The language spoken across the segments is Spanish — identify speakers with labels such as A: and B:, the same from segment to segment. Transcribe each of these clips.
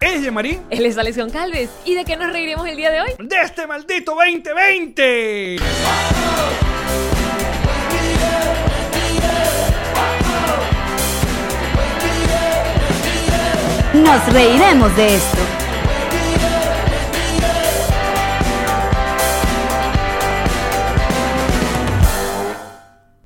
A: es Yemarí
B: Él es Alexion Calves. ¿Y de qué nos reiremos el día de hoy?
A: de este maldito 2020.
C: Nos reiremos de esto.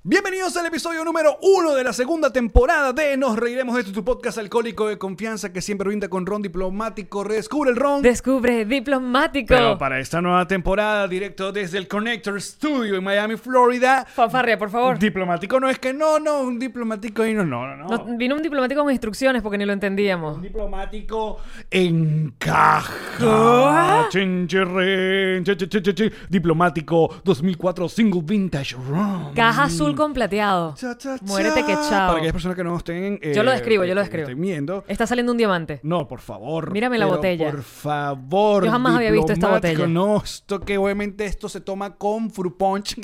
A: Bienvenidos al episodio número uno de la segunda temporada de Nos Reiremos de esto, tu podcast alcohólico de confianza que siempre brinda con ron diplomático. Redescubre el ron.
B: Descubre diplomático.
A: Pero para esta nueva temporada, directo desde el Connector Studio en Miami, Florida.
B: Fanfarria, por favor.
A: Diplomático no es que no, no, un diplomático y no, no, no.
B: Nos- vino un diplomático con instrucciones porque ni lo entendíamos.
A: Diplomático en caja. Chin, chirrin, chi, chi, chi, chi, chi. Diplomático 2004 Single Vintage Rum.
B: Caja azul con plateado.
A: Cha, cha, cha.
B: Muérete que chao.
A: Para aquellas personas que no estén. eh,
B: Yo lo describo, yo lo
A: que- que
B: describo.
A: Estén viendo.
B: Está saliendo un diamante.
A: No, por favor.
B: Mírame la
A: pero
B: botella.
A: Por favor.
B: Yo jamás había visto esta
A: diplomático,
B: botella.
A: No, esto que obviamente esto se toma con fruit punch.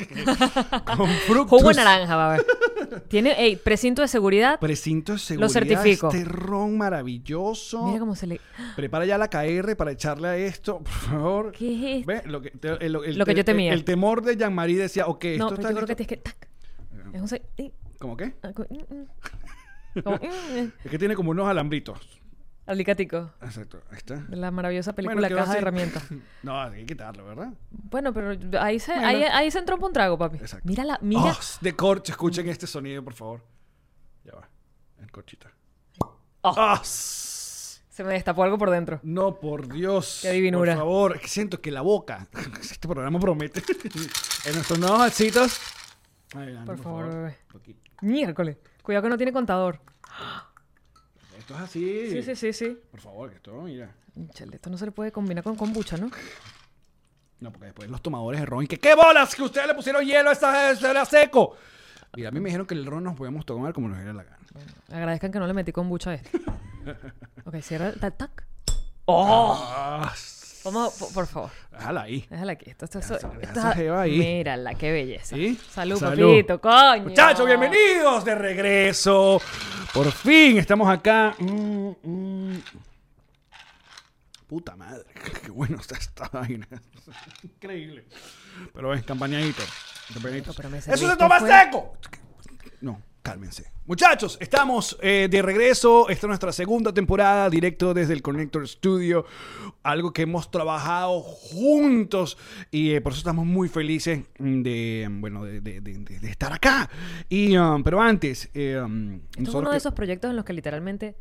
A: con fructus.
B: Jugo de naranja, va a ver. Tiene ey, precinto de seguridad.
A: Precinto de seguridad.
B: Lo certifico.
A: Este ron maravilloso.
B: Mira cómo se le.
A: Prepara ya la KR para echarle a esto, por favor.
B: ¿Qué es esto?
A: Ve, Lo que, te- el- el-
B: Lo que yo
A: el-
B: temía.
A: El, temor de Jean-Marie decía, ok, esto
B: No, pero
A: está
B: yo creo que
A: listo.
B: tienes que. tac. Es un se- eh,
A: ¿Cómo qué?
B: ah, co- mm, mm. Como, mm, eh.
A: Es que tiene como unos alambritos.
B: Alicatico.
A: Exacto, ahí está.
B: de La maravillosa película
A: Bueno, quedó
B: Caja de
A: así.
B: Herramientas.
A: no, hay que quitarlo, ¿verdad?
B: Bueno, pero ahí se, ahí, ahí se entró un trago, papi.
A: Exacto.
B: Mira la, mira.
A: Oh, de corcho, escuchen este sonido, por favor. Ya va. En corchita.
B: Oh.
A: Ah, s-
B: Se me destapó algo por dentro.
A: No, por Dios.
B: Qué divinura.
A: Por favor, es que siento que la boca. Este programa promete. en nuestros nuevos alcitos. Adelante,
B: Por favor, bebé.
A: Poquito.
B: Miércoles. Cuidado que no tiene contador.
A: Esto es así.
B: Sí, sí, sí, sí.
A: Por favor, que esto, mira.
B: Chale, esto no se le puede combinar con kombucha, ¿no?
A: No, porque después los tomadores de ron, que qué bolas que ustedes le pusieron hielo, esa eso era seco. Mira, a mí me dijeron que el ron nos podíamos tomar como nos diera la gana.
B: Agradezcan que no le metí kombucha a este. ok, cierra. Tac, tac.
A: Ah, s-
B: Oh. Vamos, a- por, por favor.
A: Déjala ahí.
B: Déjala aquí. Esto, esto, esto-
A: deja
B: esto-
A: esa jeva ahí.
B: Mírala, qué belleza.
A: ¿Sí?
B: Salud,
A: Salud.
B: papito, coño.
A: Muchachos, bienvenidos de regreso. Por fin estamos acá. Mm, mm. Puta madre, qué bueno está esta vaina. Increíble. Pero ven, campañadito. campañadito.
B: pero me
A: ¡Eso se
B: serviste
A: toma
B: fuera.
A: seco! No, cálmense. Muchachos, estamos eh, de regreso. Esta es nuestra segunda temporada, directo desde el Connector Studio. Algo que hemos trabajado juntos y eh, por eso estamos muy felices mm, de, bueno, de, de- de- de- de estar acá. Y, um, pero antes, eh, um,
B: Esto es
A: nosotros
B: uno
A: que-
B: de esos proyectos en los que literalmente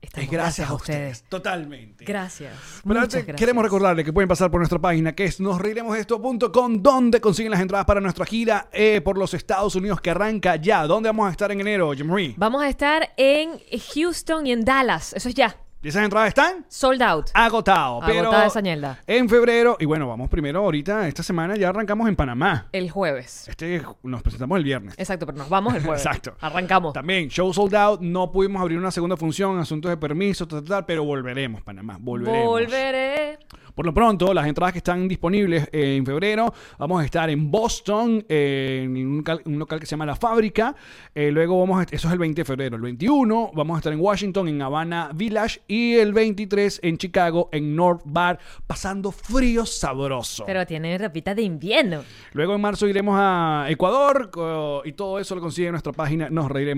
B: estamos
A: es gracias a ustedes. Totalmente.
B: Gracias.
A: Pero
B: Muchas
A: antes,
B: gracias.
A: queremos recordarle que pueden pasar por nuestra página que es nosreiremosdeesto.com donde consiguen las entradas para nuestra gira eh, por los Estados Unidos que arranca ya. ¿Dónde vamos a estar en enero, Jimmy?
B: Vamos a estar en Houston y en Dallas. Eso es ya.
A: ¿Y esas entradas están?
B: Sold out.
A: Agotado. Ah, Pero
B: Agotada esa ñelda.
A: En febrero, y bueno, vamos primero ahorita, esta semana ya arrancamos en Panamá.
B: El jueves.
A: Este nos presentamos el viernes.
B: Exacto, pero nos vamos el jueves.
A: Exacto.
B: Arrancamos.
A: También, show sold out, no pudimos abrir una segunda función, asuntos de permiso, tal, tal, tal, pero volveremos, Panamá, volveremos.
B: Volveré.
A: Por lo pronto, las entradas que están disponibles eh, en febrero, vamos a estar en Boston, eh, en un local, un local que se llama La Fábrica. Eh, luego vamos, a, eso es el 20 de febrero. El 21 vamos a estar en Washington, en Havana Village. Y el 23 en Chicago, en North Bar, pasando frío sabroso.
B: Pero tiene ropita de invierno.
A: Luego en marzo iremos a Ecuador co- y todo eso lo consigue en nuestra página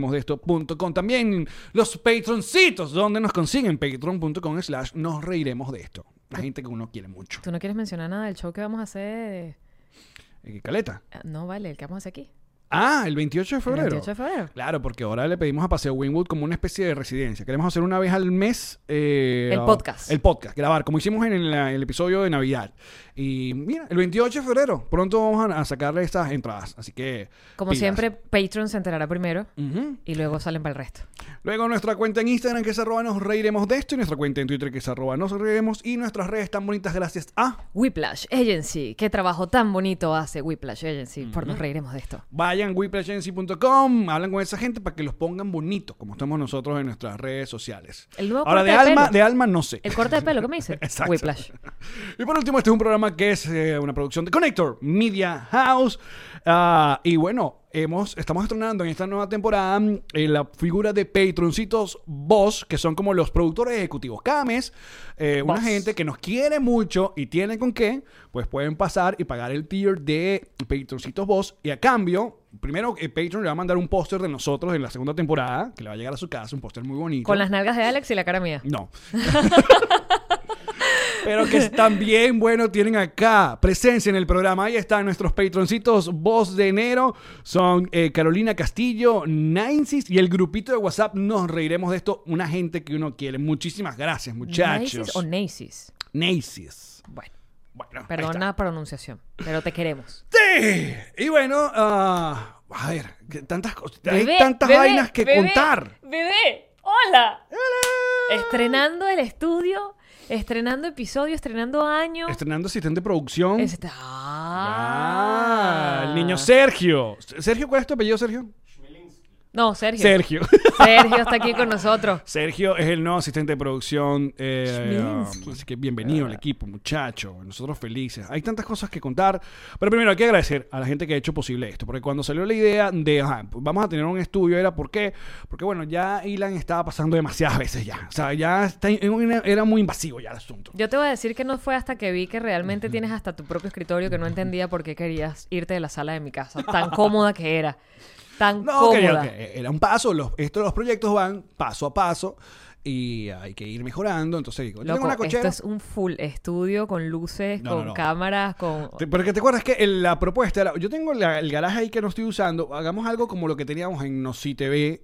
A: nosreiremosdeesto.com. También los patroncitos, donde nos consiguen patreon.com slash nos reiremos de esto. La gente que uno quiere mucho.
B: ¿Tú no quieres mencionar nada del show que vamos a hacer?
A: Eh, Caleta.
B: Ah, No, vale, el que vamos a hacer aquí.
A: Ah, el 28 de
B: El
A: febrero.
B: 28 de febrero.
A: Claro, porque ahora le pedimos a Paseo Winwood como una especie de residencia. Queremos hacer una vez al mes. eh,
B: El
A: a-
B: podcast.
A: El podcast, grabar, como hicimos en la- el episodio de Navidad. Y mira, el 28 de febrero, pronto vamos a, a sacarle estas entradas. Así que.
B: Como
A: pilas.
B: siempre, Patreon se enterará primero
A: Ujú.
B: y luego salen para el resto.
A: Luego nuestra cuenta en Instagram que es arroba nos reiremos de esto y nuestra cuenta en Twitter que es arroba nos reiremos y nuestras redes tan bonitas gracias a
B: Whiplash Agency. Qué trabajo tan bonito hace Whiplash Agency. Por nos reiremos de esto.
A: Vayan whiplashagency.com, hablan con esa gente para que los pongan bonitos, como estamos nosotros en nuestras redes sociales.
B: El nuevo
A: Ahora,
B: corte
A: de
B: de
A: alma,
B: pelo.
A: de alma no sé.
B: El corte de pelo, ¿qué me dice?
A: Exacto.
B: Whiplash.
A: Y por último, este es un programa que es eh, una producción de Connector Media House. Ah, y bueno, hemos, estamos estrenando en esta nueva temporada mm, eh, la figura de Patroncitos Boss, que son como los productores ejecutivos. Cada mes, eh, una
B: Boss.
A: gente que nos quiere mucho y tiene con qué, pues pueden pasar y pagar el tier de Patroncitos Boss. Y a cambio, primero, eh, Patreon le va a mandar un póster de nosotros en la segunda temporada, que le va a llegar a su casa, un póster muy bonito.
B: Con las nalgas de Alex y la cara mía.
A: No. Pero que también, bueno, tienen acá presencia en el programa. Ahí están nuestros patroncitos Voz de Enero. Son eh, Carolina Castillo, Nancy's y el grupito de WhatsApp. Nos reiremos de esto. Una gente que uno quiere. Muchísimas gracias, muchachos.
B: ¿Nasis o Nasis?
A: Nancy's.
B: Bueno,
A: Bueno, ahí
B: perdón
A: está.
B: la pronunciación, pero te queremos.
A: Sí. Y bueno, ah, a ver, que tantas cosas. Hay
B: Bebé,
A: tantas
B: bebé,
A: vainas que
B: bebé, Eh,
A: contar.
B: Bebé, hola. Estrenando el estudio, estrenando episodio, estrenando año.
A: Estrenando asistente de producción.
B: Es- Ah.
A: Ah, el niño Sergio. Sergio, ¿cuál es tu apellido, Sergio?
B: No, Sergio.
A: Sergio.
B: Sergio está aquí con nosotros.
A: Sergio es el nuevo asistente de producción. eh,
B: Chmielewski.
A: um, así que bienvenido al equipo, muchacho. Nosotros felices. Hay tantas cosas que contar. Pero primero hay que agradecer a la gente que ha hecho posible esto. Porque cuando salió la idea de ajá, vamos a tener un estudio, era ¿por qué? Porque bueno, ya Ilan estaba pasando demasiadas veces ya. O sea, ya está- era muy invasivo ya el asunto.
B: Yo te voy a decir que no fue hasta que vi que realmente tienes hasta tu propio escritorio que no entendía por qué querías irte de la sala de mi casa, tan cómoda que era. Tan
A: No, que
B: cómoda.
A: que era un paso. Los, esto, los proyectos van paso a paso y hay que ir mejorando. Entonces digo, yo Pues tengo
B: Loco,
A: una
B: esto
A: cochera.
B: es un full estudio con luces,
A: No, no,
B: con
A: no.
B: cámaras, con...
A: Te- Porque te acuerdas que el- la propuesta era, yo tengo la- el garaje ahí que no estoy usando, hagamos algo como lo que teníamos en Noci TV,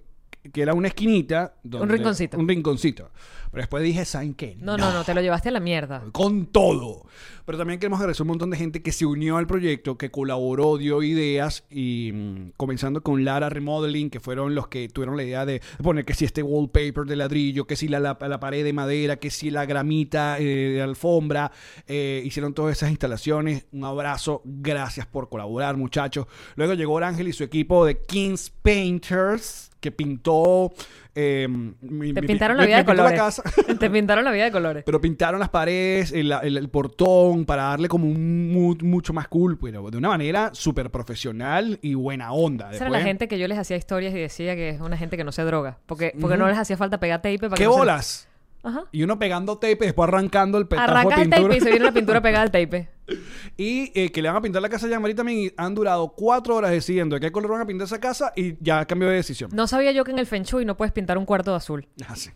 A: que era una esquinita. donde-
B: Un rinconcito.
A: Un rinconcito. Pero después dije, ¿saben qué?
B: No, no, no, te lo llevaste a la mierda.
A: Con todo. Pero también queremos agradecer a un montón de gente que se unió al proyecto, que colaboró, dio ideas y mm, comenzando con Lara Remodeling, que fueron los que tuvieron la idea de poner que si este wallpaper de ladrillo, que si la, la- la pared de madera, que si la gramita eh, de alfombra, eh, hicieron todas esas instalaciones. Un abrazo, gracias por colaborar muchachos. Luego llegó Ángel y su equipo de Kings Painters, que pintó... eh, mi-
B: Te
A: mi-
B: pintaron la
A: me-
B: vida
A: me
B: de
A: pintó
B: colores.
A: casa.
B: Te pintaron la vida de colores.
A: Pero pintaron las paredes, el, el- el portón, para darle como un mood mucho más cool, pero de una manera súper profesional y buena onda.
B: Esa era la
A: Después, ¿eh?
B: gente que yo les hacía historias y decía que es una gente que no se droga. Porque, porque no les hacía falta pegar tape para que
A: ¿Qué
B: no se-
A: bolas?
B: Ajá.
A: Y uno pegando tape, después arrancando el petazo
B: Arrancas
A: de
B: el tape
A: pintura.
B: y se viene la pintura pegada al tape.
A: Y eh, que le van a pintar la casa a Yamari también. Y han durado cuatro horas decidiendo de qué color van a pintar esa casa y ya cambió de decisión.
B: No sabía yo que en el Feng Shui no puedes pintar un cuarto de azul.
A: Ah, sí.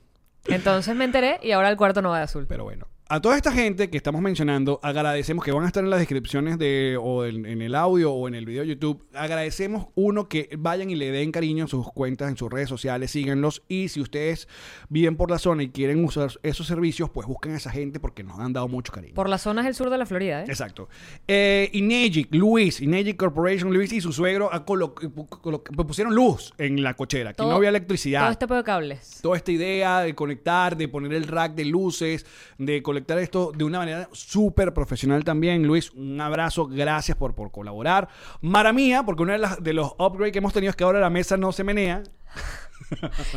B: Entonces me enteré y ahora el cuarto no va de azul.
A: Pero bueno. A toda esta gente que estamos mencionando, agradecemos que van a estar en las descripciones de, o en, en el audio o en el video de YouTube. Agradecemos uno que vayan y le den cariño en sus cuentas, en sus redes sociales, síganlos. Y si ustedes viven por la zona y quieren usar esos servicios, pues busquen a esa gente porque nos han dado mucho cariño.
B: Por las zonas del sur de la Florida, ¿eh?
A: Exacto. Eh, Inegic, Luis, Inegic Corporation, Luis y su suegro ha colo- eh, colo- pusieron luz en la cochera. Aquí
B: Todo-
A: no había
B: Todo
A: electricidad
B: este pedo de cables.
A: toda esta idea de conectar, de poner el rack de luces, de colectar esto de una manera súper profesional también. Luis, un abrazo, gracias por, por colaborar. Mara mía, porque uno de, las- de los upgrades que hemos tenido es que ahora la mesa no se menea,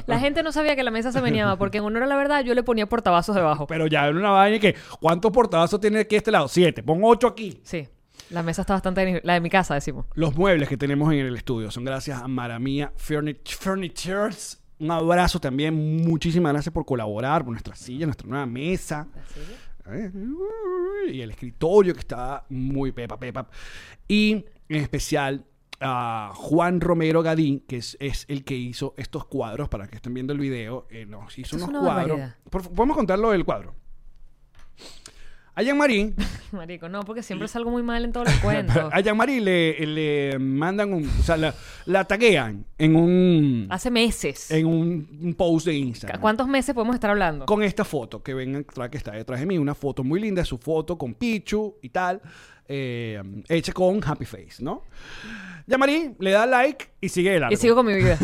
B: La gente no sabía que la mesa se meneaba porque en honor a la verdad yo le ponía portavasos debajo.
A: pero ya era una vaina que ¿cuántos portavasos tiene aquí este lado? Siete, pon ocho aquí.
B: Sí. La mesa está bastante... desnivel- La de mi casa, decimos.
A: Los muebles que tenemos en el estudio son gracias a Maramía Furnit- Furnitures. Un abrazo también, muchísimas gracias por colaborar por nuestra silla, nuestra nueva mesa. Eh, Y el escritorio que está muy pepa, pepa. Y en especial a Juan Romero Gadín, que es, es el que hizo estos cuadros, para que estén viendo el video, eh, nos hizo
B: Esto es
A: unos
B: una
A: cuadros.
B: barbaridad.
A: Por- Podemos contarlo del cuadro. A Jean-Marie
B: Marico, no, porque siempre salgo muy mal en todos los cuentos.
A: a Jean-Marie le, le mandan un. O sea, la, la taguean en un.
B: Hace meses.
A: En un, un post de Instagram.
B: ¿Cuántos meses podemos estar hablando?
A: Con esta foto que ven atrás que está detrás de mí. Una foto muy linda, su foto con Pichu y tal. eh, hecha con Happy Face, ¿no? Jean-Marie le da like y sigue el
B: Y sigo con mi vida.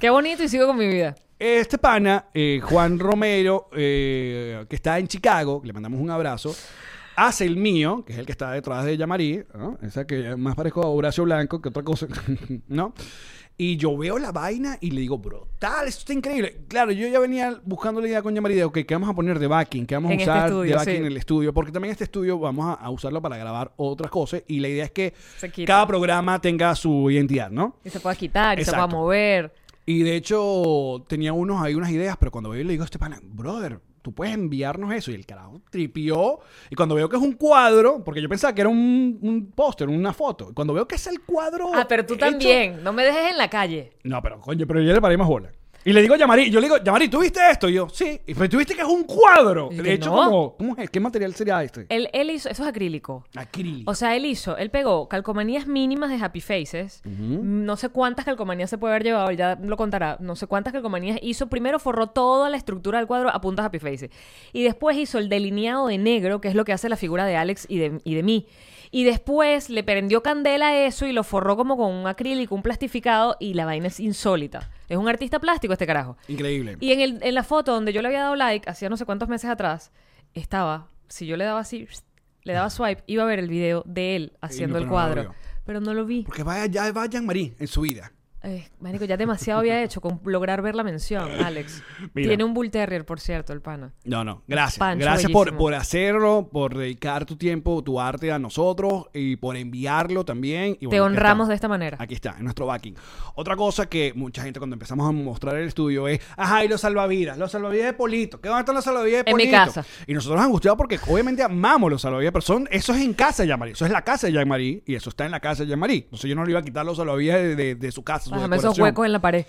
B: Qué bonito y sigo con mi vida.
A: Este pana, eh, Juan Romero, eh, que está en Chicago, le mandamos un abrazo, hace el mío, que es el que está detrás de Yamarí, ¿no? Esa que más parezco a Horacio Blanco que otra cosa, ¿no? Y yo veo la vaina y le digo, bro, tal, esto está increíble. Claro, yo ya venía buscando la idea con Yamarí de, ok, ¿qué vamos a poner de backing? ¿Qué vamos a
B: En este
A: usar de
B: estudio,
A: backing
B: sí.
A: en el estudio? Porque también este estudio vamos a, a usarlo para grabar otras cosas y la idea es que
B: Se quita.
A: cada programa tenga su identidad, ¿no?
B: Y se pueda quitar, y se
A: Exacto.
B: pueda mover.
A: Y de hecho, tenía unos, hay unas ideas, pero cuando veo le digo a este pana, brother, tú puedes enviarnos eso. Y el carajo tripió. Y cuando veo que es un cuadro, porque yo pensaba que era un, un póster, una foto. Y cuando veo que es el cuadro.
B: Ah, pero tú
A: hecho-
B: también. No me dejes en la calle.
A: No, pero coño, pero yo le paré más bola. Y le digo a Yamari, yo le digo, Yamari, ¿tú viste esto? Y yo, sí. Y pero tú viste que es un cuadro.
B: Y
A: De
B: que
A: hecho,
B: no.
A: como, ¿cómo es? ¿Qué material sería este?
B: Él, él hizo, eso es acrílico.
A: Acrílico.
B: O sea, él hizo, él pegó calcomanías mínimas de Happy Faces. No sé cuántas calcomanías se puede haber llevado, ya lo contará. No sé cuántas calcomanías hizo. Primero forró toda la estructura del cuadro a puntas Happy Faces. Y después hizo el delineado de negro, que es lo que hace la figura de Alex y de, y de mí. Y después le prendió candela a eso y lo forró como con un acrílico, un plastificado, y la vaina es insólita. Es un artista plástico este carajo.
A: Increíble.
B: Y en, el, en la foto donde yo le había dado like, hacía no sé cuántos meses atrás, estaba, si yo le daba así, le daba swipe, iba a ver el video de él haciendo
A: pero
B: el
A: no lo
B: cuadro.
A: vio.
B: pero no lo vi.
A: Porque vaya, ya va Jean-Marie en su vida.
B: Eh, marico, ya demasiado había hecho con lograr ver la mención, Alex.
A: Mira.
B: Tiene un Bull Terrier, por cierto, el pana.
A: No, no, gracias.
B: Pancho,
A: gracias por,
B: bellísimo.
A: por hacerlo, por dedicar tu tiempo, tu arte a nosotros y por enviarlo también. Y bueno,
B: Te
A: aquí
B: honramos
A: está.
B: de esta manera.
A: Aquí está, en nuestro backing. Otra cosa que mucha gente cuando empezamos a mostrar el estudio es, ajá, y los salvavidas, los salvavidas de Polito. ¿Qué van a estar los salvavidas de
B: En mi
A: Polito?
B: casa.
A: Y nosotros nos han gustado porque obviamente amamos los salvavidas, pero son, eso es en casa de Yamari, eso es la casa de Yamari y eso está en la casa de Yamari. Entonces yo no le iba a quitar los salvavidas de, de- de su casa. su
B: Bájame esos
A: decoración.
B: huecos en la pared.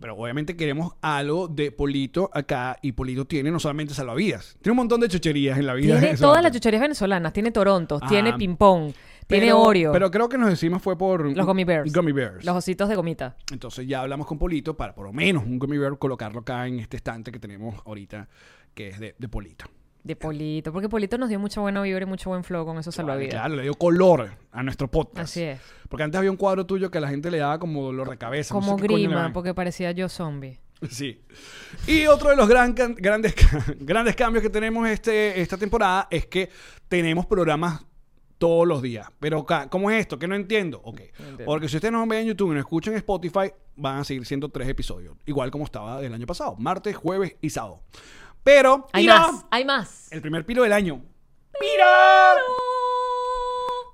A: Pero obviamente queremos algo de Polito acá. Y Polito tiene no solamente salvavidas, tiene un montón de chucherías en la vida.
B: Tiene
A: de
B: todas las
A: salvavidas.
B: chucherías venezolanas. Tiene Toronto,
A: Ajá.
B: tiene ping-pong, tiene
A: Ah, Pero-
B: Oreo,
A: Pero creo que nos decimos fue por.
B: los gummy bears,
A: Gummy bears.
B: los ositos de gomita.
A: Entonces ya hablamos con Polito para por lo menos un gummy bear colocarlo acá en este estante que tenemos ahorita, que es de, de Polito.
B: De Polito, porque Polito nos dio mucha buena vibra y mucho buen flow con esos salvavidas.
A: Claro, le dio color a nuestro podcast.
B: Así es.
A: Porque antes había un cuadro tuyo que a la gente le daba como dolor de cabeza. no
B: Como
A: sé qué coño le
B: grima,
A: daban.
B: porque parecía yo zombie.
A: Sí. Y otro de los gran can- grandes, ca- grandes cambios que tenemos este, esta temporada es que tenemos programas todos los días. Pero, ca- ¿cómo es esto? Que no entiendo. Ok.
B: entiendo.
A: Porque si ustedes no ven en YouTube y no escuchan en Spotify, van a seguir siendo tres episodios. Igual como estaba del año pasado. Martes, jueves y sábado. Pero,
B: Hay
A: ¡piro!
B: más, hay más.
A: El primer piro del año. ¡Piro!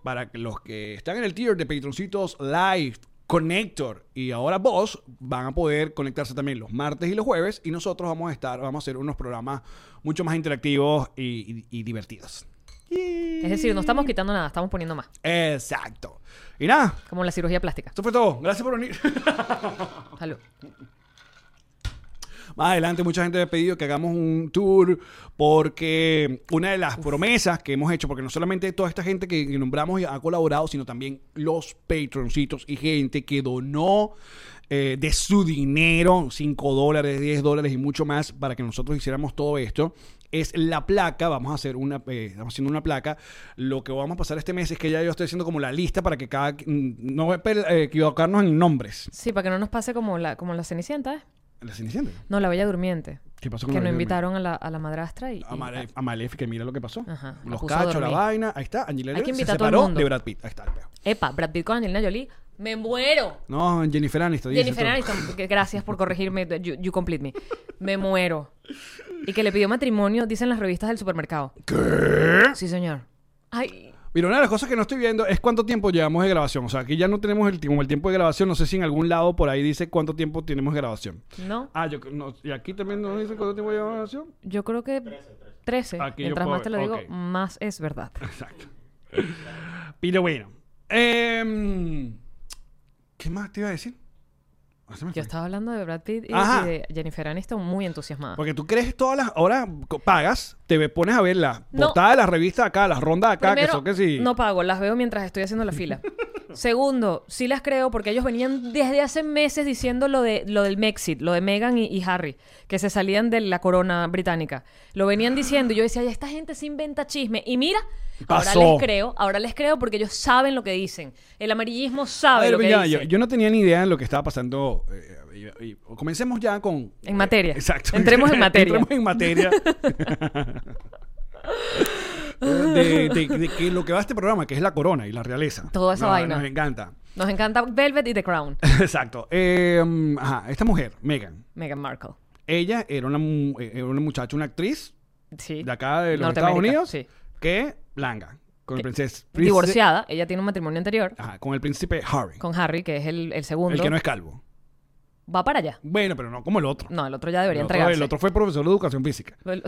A: Para que los que están en el tier de Patroncitos Live, Connector y ahora vos van a poder conectarse también los martes y los jueves y nosotros vamos a estar, vamos a hacer unos programas mucho más interactivos y, y- y divertidos.
B: Es decir, no estamos quitando nada, estamos poniendo más.
A: Exacto. Y nada,
B: Como la cirugía plástica.
A: esto fue todo. Gracias por venir.
B: Salud.
A: Más adelante mucha gente me ha pedido que hagamos un tour porque una de las promesas que hemos hecho, porque no solamente toda esta gente que que nombramos y ha colaborado, sino también los patroncitos y gente que donó eh, de su dinero, 5 dólares, 10 dólares y mucho más para que nosotros hiciéramos todo esto. Es la placa, vamos a hacer una, eh, estamos haciendo una placa. Lo que vamos a pasar este mes es que ya yo estoy haciendo como la lista para que cada, no eh, equivocarnos en nombres.
B: Sí, para que no nos pase como la, como la Cenicienta, ¿eh?
A: ¿La Cenicienta?
B: No, la Bella Durmiente.
A: ¿Qué pasó con
B: Que
A: la
B: nos
A: Bella Durmiente? Ah,
B: invitaron a la, a la madrastra y... y-
A: a, Male- a Maléfica, mira lo que pasó.
B: Ajá, la
A: Los
B: puso a
A: cachos, la
B: dormir.
A: vaina. Ahí está. Angelina
B: Hay que
A: Jolie se
B: invitar a todo el
A: separó
B: mundo.
A: de Brad Pitt. Ahí está el peo.
B: Epa, Brad Pitt con Angelina Jolie. ¡Me muero!
A: No, Jennifer Aniston. dice
B: Jennifer
A: tú.
B: Aniston, que- gracias por corregirme. You, you complete me. Me muero. Y que le pidió matrimonio, dicen las revistas del supermercado. ¿Qué? Sí, señor. Ay,
A: Mira, una de las cosas que no estoy viendo es cuánto tiempo llevamos de grabación. O sea, aquí ya no tenemos el, como el tiempo de grabación. No sé si en algún lado por ahí dice cuánto tiempo tenemos de grabación.
B: no.
A: Ah, yo, no, y aquí también nos dice cuánto tiempo llevamos de grabación.
B: Yo creo que 13.
A: Aquí Ah, yo
B: Mientras
A: puedo
B: más te lo
A: ver,
B: digo,
A: ok.
B: más es verdad.
A: Exacto. Pero bueno. Em, ¿Qué más te iba a decir? Ah, se me
B: Yo
A: fue.
B: estaba hablando de Brad Pitt y,
A: Ajá.
B: y de Jennifer Aniston muy entusiasmada.
A: Porque tú crees todas las. Ahora co- pagas, te pones a ver la
B: No.
A: portada de las revistas acá, las rondas acá,
B: Primero,
A: que son que sí.
B: no pago, las veo mientras estoy haciendo la fila. Segundo, sí las creo porque ellos venían desde hace meses diciendo lo de lo del Mexit, lo de Meghan y, y Harry, que se salían de la corona británica. Lo venían diciendo y yo decía, "Ay, esta gente se inventa chisme. Y mira,
A: Pasó.
B: ahora les creo, ahora les creo porque ellos saben lo que dicen. El amarillismo
A: A
B: sabe
A: ver,
B: lo que
A: ya,
B: dice.
A: yo, yo no tenía ni idea de lo que estaba pasando. eh, y- y- comencemos ya con. eh,
B: En materia.
A: Exacto.
B: Entremos en materia.
A: Entremos en materia. Eh, de, de- de que lo que va a este programa, que es la corona y la realeza.
B: Toda esa
A: No,
B: vaina.
A: Nos encanta.
B: Nos encanta Velvet y The Crown.
A: Exacto. Eh, ajá, esta mujer, Megan,
B: Meghan Markle.
A: ella era una, mu- eh, era una muchacha, una actriz
B: Sí.
A: de acá de los Estados
B: Norteamérica,
A: Unidos
B: sí.
A: que langa con el princes- príncipe
B: Divorciada, ella tiene un matrimonio anterior
A: Ajá, con el príncipe Harry,
B: con Harry, que es el, el segundo.
A: Ah, el que no es calvo.
B: Va para allá.
A: Bueno, pero no como el otro.
B: No, el otro ya debería
A: el, otro,
B: entregarse.
A: el otro fue profesor de educación física.
B: El-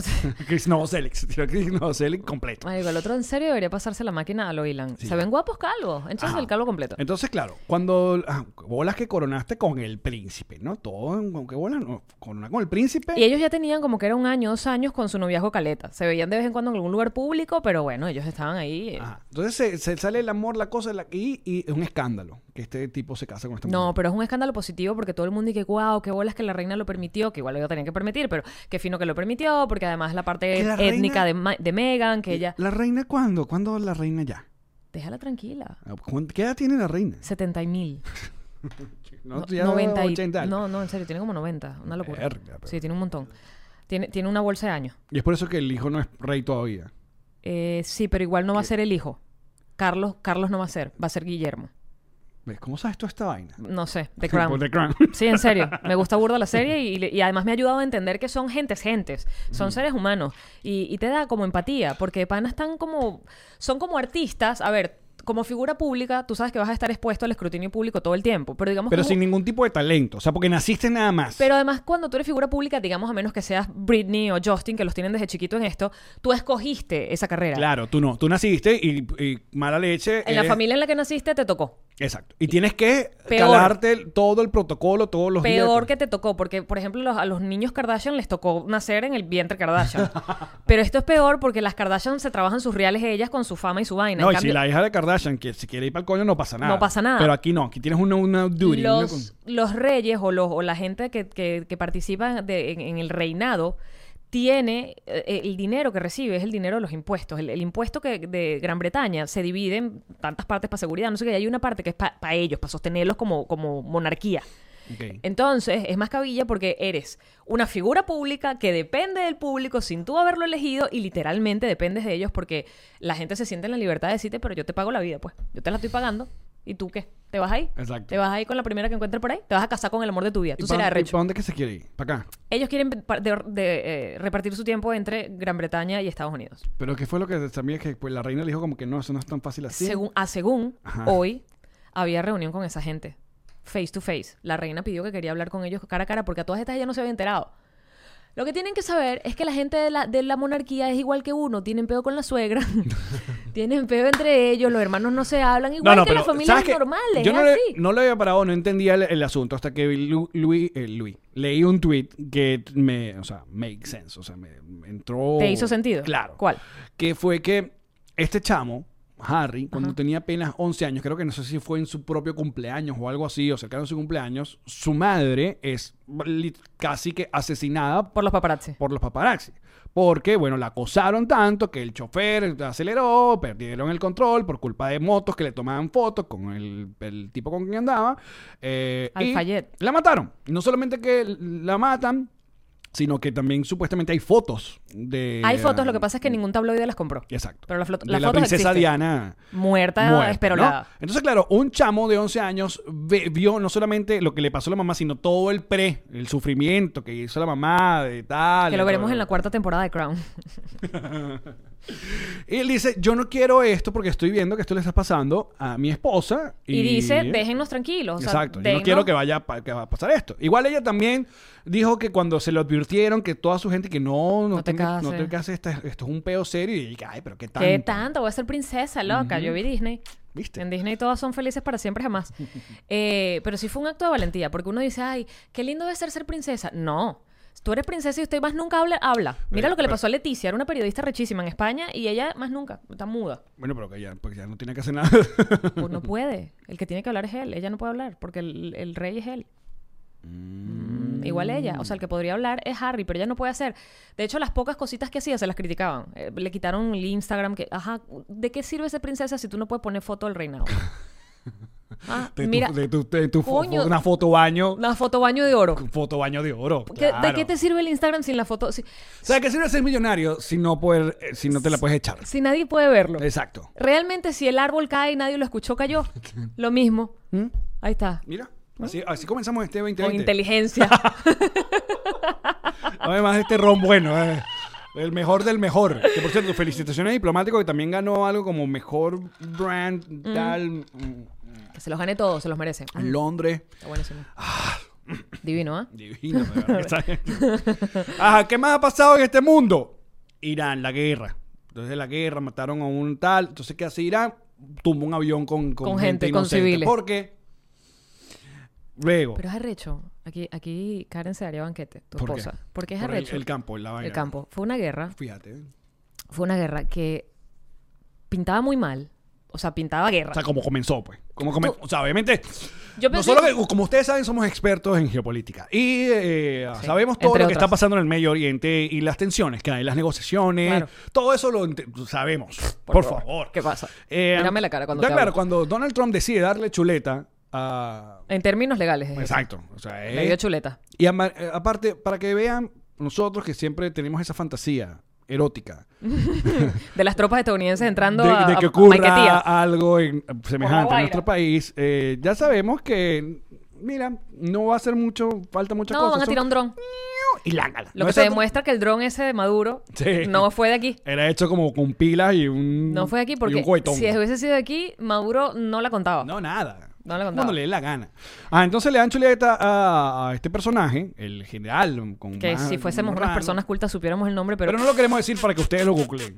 A: Chris Novoselic, tiró Chris Novoselic completo.
B: Marico, el otro en serio debería pasarse la máquina a lo Ilan.
A: Sí. Ah.
B: Se ven guapos calvos. Entonces
A: Ajá.
B: el calvo completo.
A: Entonces, claro, cuando ah, bolas que coronaste con el príncipe, ¿no? Todo con qué bolas, no, corona con el príncipe.
B: Y ellos ya tenían como que era un año, dos años con su noviazgo caleta. Se veían de vez en cuando en algún lugar público, pero bueno, ellos estaban ahí. eh.
A: Ajá. Entonces se, se sale el amor, la cosa, la- y, y es un escándalo que este tipo se casa con esta
B: No,
A: mujer.
B: pero es un escándalo positivo porque todo el mundo dice, wow, qué bolas que la reina lo permitió, que igual lo tenían que permitir, pero qué fino que lo permitió, porque además la parte
A: Que la
B: étnica
A: reina-
B: de, Ma- de Megan, que ella...
A: ¿La reina cuándo? ¿Cuándo la reina ya?
B: Déjala tranquila.
A: ¿Cuán- ¿Qué edad tiene la reina?
B: 70 y mil.
A: No,
B: No,
A: ya
B: 90 y-
A: 80 años.
B: no, no, en serio, tiene como 90. Una locura.
A: Verga, pero-
B: Sí, tiene un montón. Tiene, tiene una bolsa de años.
A: Y es por eso que el hijo no es rey todavía.
B: Eh, sí, pero igual no va a ser el hijo. Carlos, Carlos no va a ser, va a ser Guillermo.
A: ¿Ves? ¿Cómo sabes toda esta vaina?
B: No sé, The
A: Por
B: Crown.
A: The Crown.
B: Sí, en serio. Me gusta burda la serie y, le- y además me ha ayudado a entender que son gentes, gentes. Son seres humanos. Y, y te da como empatía, porque de pana están como... Son como artistas. A ver, como figura pública, tú sabes que vas a estar expuesto al escrutinio público todo el tiempo. Pero digamos
A: Pero
B: que...
A: sin ningún tipo de talento. O sea, porque naciste nada más.
B: Pero además, cuando tú eres figura pública, digamos, a menos que seas Britney o Justin, que los tienen desde chiquito en esto, tú escogiste esa carrera.
A: Claro, eh, tú no. Tú naciste y, y mala leche.
B: En la
A: eres-
B: familia en la que naciste te tocó.
A: Exacto. Y tienes que
B: Peor.
A: calarte el- todo el protocolo todos los días.
B: Peor que te tocó, porque, por ejemplo, los- a los niños Kardashian les tocó nacer en el vientre Kardashian. Pero esto es peor porque las Kardashian se trabajan sus reales ellas con su fama y su vaina.
A: No, y
B: En
A: si
B: cambio,
A: la hija de Kardashian que si quiere ir para el coño no pasa nada.
B: No pasa nada.
A: Pero aquí no, aquí tienes una, una duty. una
B: los, los reyes o, los, o la gente que, que, que participa de- en, en el reinado tiene eh, el dinero que recibe es el dinero de los impuestos. El, el impuesto que de Gran Bretaña se divide en tantas partes para seguridad, no sé qué, y hay una parte que es para ellos, para sostenerlos como, como monarquía.
A: con- Ok.
B: Entonces, es más cabilla porque eres una figura pública que depende del público sin tú haberlo elegido y literalmente dependes de ellos porque la gente se siente en la libertad de decirte, pero yo te pago la vida, pues. Yo te la estoy pagando. ¿Y tú qué? ¿Te vas ahí?
A: Exacto.
B: ¿Te vas ahí con la primera que encuentres por ahí? ¿Te vas a casar con el amor de tu vida?
A: ¿Y
B: Tú
A: pa-
B: serás
A: y pa'
B: recho.
A: dónde que se quiere ir? Para acá.
B: Ellos quieren pa- de- de, eh, repartir su tiempo entre Gran Bretaña y Estados Unidos.
A: Pero ¿qué fue lo que también es que pues, la reina le dijo como que no, eso no es tan fácil así?
B: Según, a ah, según
A: Ajá.
B: hoy había reunión con esa gente, face to face. La reina pidió que quería hablar con ellos cara a cara porque a todas estas ella no se había enterado. Lo que tienen que saber es que la gente de la, de la monarquía es igual que uno, tienen peo con la suegra, tienen peo entre ellos, los hermanos no se hablan, igual que las familias
A: ¿sabes qué?
B: normales,
A: Yo
B: es
A: no, le-
B: así.
A: no lo había parado, no entendía el, el asunto hasta que vi Lu- Luis, eh, Luis, leí un tweet que me, o sea, make sense, o sea, me, me entró...
B: ¿Te hizo sentido?
A: Claro.
B: ¿Cuál?
A: Que fue que este chamo, Harry, cuando tenía apenas 11 años, creo que no sé si fue en su propio cumpleaños o algo así, o cercano a su cumpleaños, su madre es li- casi que asesinada
B: Por los paparazzi.
A: por los paparazzi. Porque, bueno, la acosaron tanto que el chofer aceleró, perdieron el control por culpa de motos que le tomaban fotos con el, el tipo con quien andaba. eh, y
B: Al-Fayed.
A: La mataron. Y No solamente que la matan, sino que también supuestamente hay fotos de... um,
B: Hay fotos, lo que pasa es que ningún tabloide las compró.
A: Exacto.
B: Pero las flot-
A: de
B: las
A: Eh, la
B: fotos
A: princesa
B: existen.
A: Diana
B: Muerta,
A: muerta,
B: esperolada.
A: ¿no? Entonces, claro, un chamo de 11 años ve- vio no solamente lo que le pasó a la mamá, sino todo el pre, el sufrimiento que hizo la mamá de tal.
B: Que lo
A: y
B: veremos
A: todo.
B: en la cuarta temporada de Crown.
A: Y él dice, yo no quiero esto porque estoy viendo que esto le está pasando a mi esposa.
B: Y, dice, déjennos tranquilos. o sea,
A: Exacto, yo no
B: dennos-
A: quiero que vaya pa- que va a pasar esto. Igual ella también dijo que cuando se lo advirtieron que toda su gente que no, no,
B: No te
A: te, no
B: cases.
A: te cases, esta- esto, es un peo serio. Y ella, ay, pero qué tanto.
B: ¿Qué tanto? Voy a ser princesa, loca. Yo vi Disney.
A: ¿Viste?
B: En Disney todas son felices para siempre jamás. Eh, pero sí fue un acto de valentía, porque uno dice, ay, qué lindo debe ser ser princesa. No. Tú eres princesa y usted más nunca habla. habla. Mira
A: Eh,
B: lo que le
A: pero-
B: pasó a Leticia, era una periodista rechísima en España y ella más nunca, está muda.
A: Bueno, pero que ya, porque ya no tiene que hacer nada.
B: Pues no puede. El que tiene que hablar es él. Ella no puede hablar porque el, el rey es él. Mm, Igual ella. O sea, el que podría hablar es Harry, pero ella no puede hacer. De hecho, las pocas cositas que hacía se las criticaban. Eh, le quitaron el Instagram. Que, ajá, ¿de qué sirve ser princesa si tú no puedes poner foto del reinado? Ah,
A: De tu-
B: mira,
A: de tu- de tu fo-
B: coño.
A: una foto baño.
B: una foto baño de oro.
A: Foto baño de oro.
B: ¿Qué- ¿De
A: claro.
B: qué te sirve el Instagram sin la foto? Si,
A: O sea, que sirve ser millonario si no, poder, eh, si no te la puedes echar.
B: si nadie puede verlo.
A: Eh. Exacto.
B: Realmente, si el árbol cae y nadie lo escuchó, cayó. Lo mismo.
A: ¿Mm?
B: Ahí está.
A: Mira, así, así comenzamos este 2020.
B: Con inteligencia.
A: Además, este ron bueno. eh. El mejor del mejor. Que por cierto, felicitaciones a diplomático que también ganó algo como mejor brand tal. mm,
B: Que se los gane todos, se los merece. Mm,
A: Londres.
B: Está buenísimo.
A: Ah.
B: Divino, ¿ah?
A: Divino, de verdad que está- Ajá, ¿qué más ha pasado en este mundo? Irán, la guerra. Entonces, la guerra, mataron a un tal. Entonces, ¿qué hace Irán? Tumbó un avión con, con,
B: Con
A: gente,
B: gente, con
A: inocente.
B: civiles.
A: ¿Por qué? Luego.
B: Pero es arrecho. Aquí, aquí Karen se daría banquete, tu
A: ¿Por qué?
B: esposa. Porque es
A: Por el-
B: arrecho.
A: El, campo, la vaina.
B: El campo. Fue una guerra.
A: Fíjate. ¿eh?
B: Fue una guerra que pintaba muy mal. O sea, pintaba guerra.
A: O sea, como comenzó, pues. Como comen-
B: Tú-
A: O sea, obviamente.
B: Yo pensé-
A: Nosotros, que- como ustedes saben, somos expertos en geopolítica. Y eh,
B: Sí,
A: sabemos todo
B: entre
A: lo que está
B: otras.
A: pasando en el Medio Oriente y las tensiones que hay, las negociaciones.
B: Claro.
A: Todo eso lo ente- sabemos. Por, favor.
B: ¿Qué pasa?
A: Eh,
B: Mírame la cara cuando
A: ya,
B: te
A: claro,
B: hablo.
A: cuando Donald Trump decide darle chuleta a.
B: En términos legales. es eso.
A: Exacto. O sea,
B: Le
A: es-
B: dio chuleta.
A: y ama- eh, aparte, para que vean, nosotros que siempre tenemos esa fantasía erótica
B: De las tropas estadounidenses entrando
A: de,
B: a,
A: de
B: a-
A: que
B: a
A: ocurra
B: Maiquetía.
A: algo en- eh, semejante en
B: Guaira.
A: nuestro país, eh, ya sabemos que, mira, no va a hacer mucho, falta mucha
B: No,
A: cosa.
B: van a
A: son-
B: tirar un dron.
A: y lángala.
B: Lo
A: No,
B: que
A: eso
B: te demuestra que el dron ese de Maduro
A: Sí.
B: no fue de aquí.
A: Era hecho como con pilas y un.
B: No fue de aquí
A: y
B: porque
A: un cohetón.
B: si hubiese sido de aquí, Maduro no la contaba.
A: No, nada.
B: No le contaba.
A: Cuando le dé la gana. Ah, entonces le dan chuleta a, a este personaje, el general. Con
B: Que
A: más-
B: si fuésemos
A: raro.
B: unas personas cultas supiéramos el nombre, pero,
A: Pero no lo queremos decir para que ustedes lo googleen.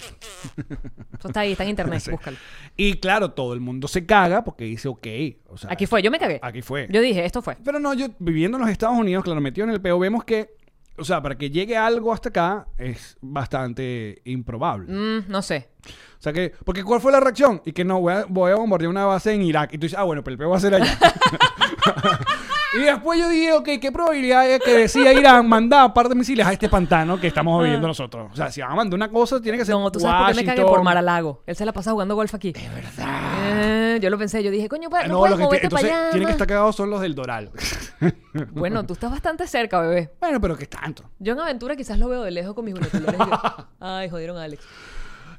B: eso está ahí, está en internet,
A: Sí.
B: búscalo.
A: Y claro, todo el mundo se caga porque dice, ok. O sea,
B: Aquí fue, yo me cagué.
A: Aquí fue.
B: Yo dije, esto fue.
A: Pero no, yo viviendo en los Estados Unidos, claro, metido en el peo, vemos que, o sea, para que llegue algo hasta acá es bastante improbable.
B: Mm, no sé.
A: O sea que, porque ¿cuál fue la reacción? Y que no, voy a, voy a bombardear una base en Irak. Y tú dices, ah, bueno, pero el peo va a ser allá. y después yo dije, ok, ¿qué probabilidad es que decía Irán mandar un par de misiles a este pantano que estamos viviendo nosotros? O sea, si van a mandar una cosa, tiene que ser.
B: Ah. No, tú sabes por qué me cagué por
A: Washington.
B: Maralago. Él se la pasa jugando golf aquí. De verdad. yo lo pensé, yo dije, coño, pa-
A: Ah,
B: no,
A: No,
B: puedes
A: los que
B: moverte
A: te-
B: para
A: entonces
B: allá.
A: tienen que
B: más.
A: estar cagados son los del Doral.
B: Bueno, tú estás bastante cerca, bebé.
A: bueno, pero ¿qué tanto?
B: Yo en aventura quizás lo veo de lejos con mis binoculares. y yo, Ay, jodieron a Alex.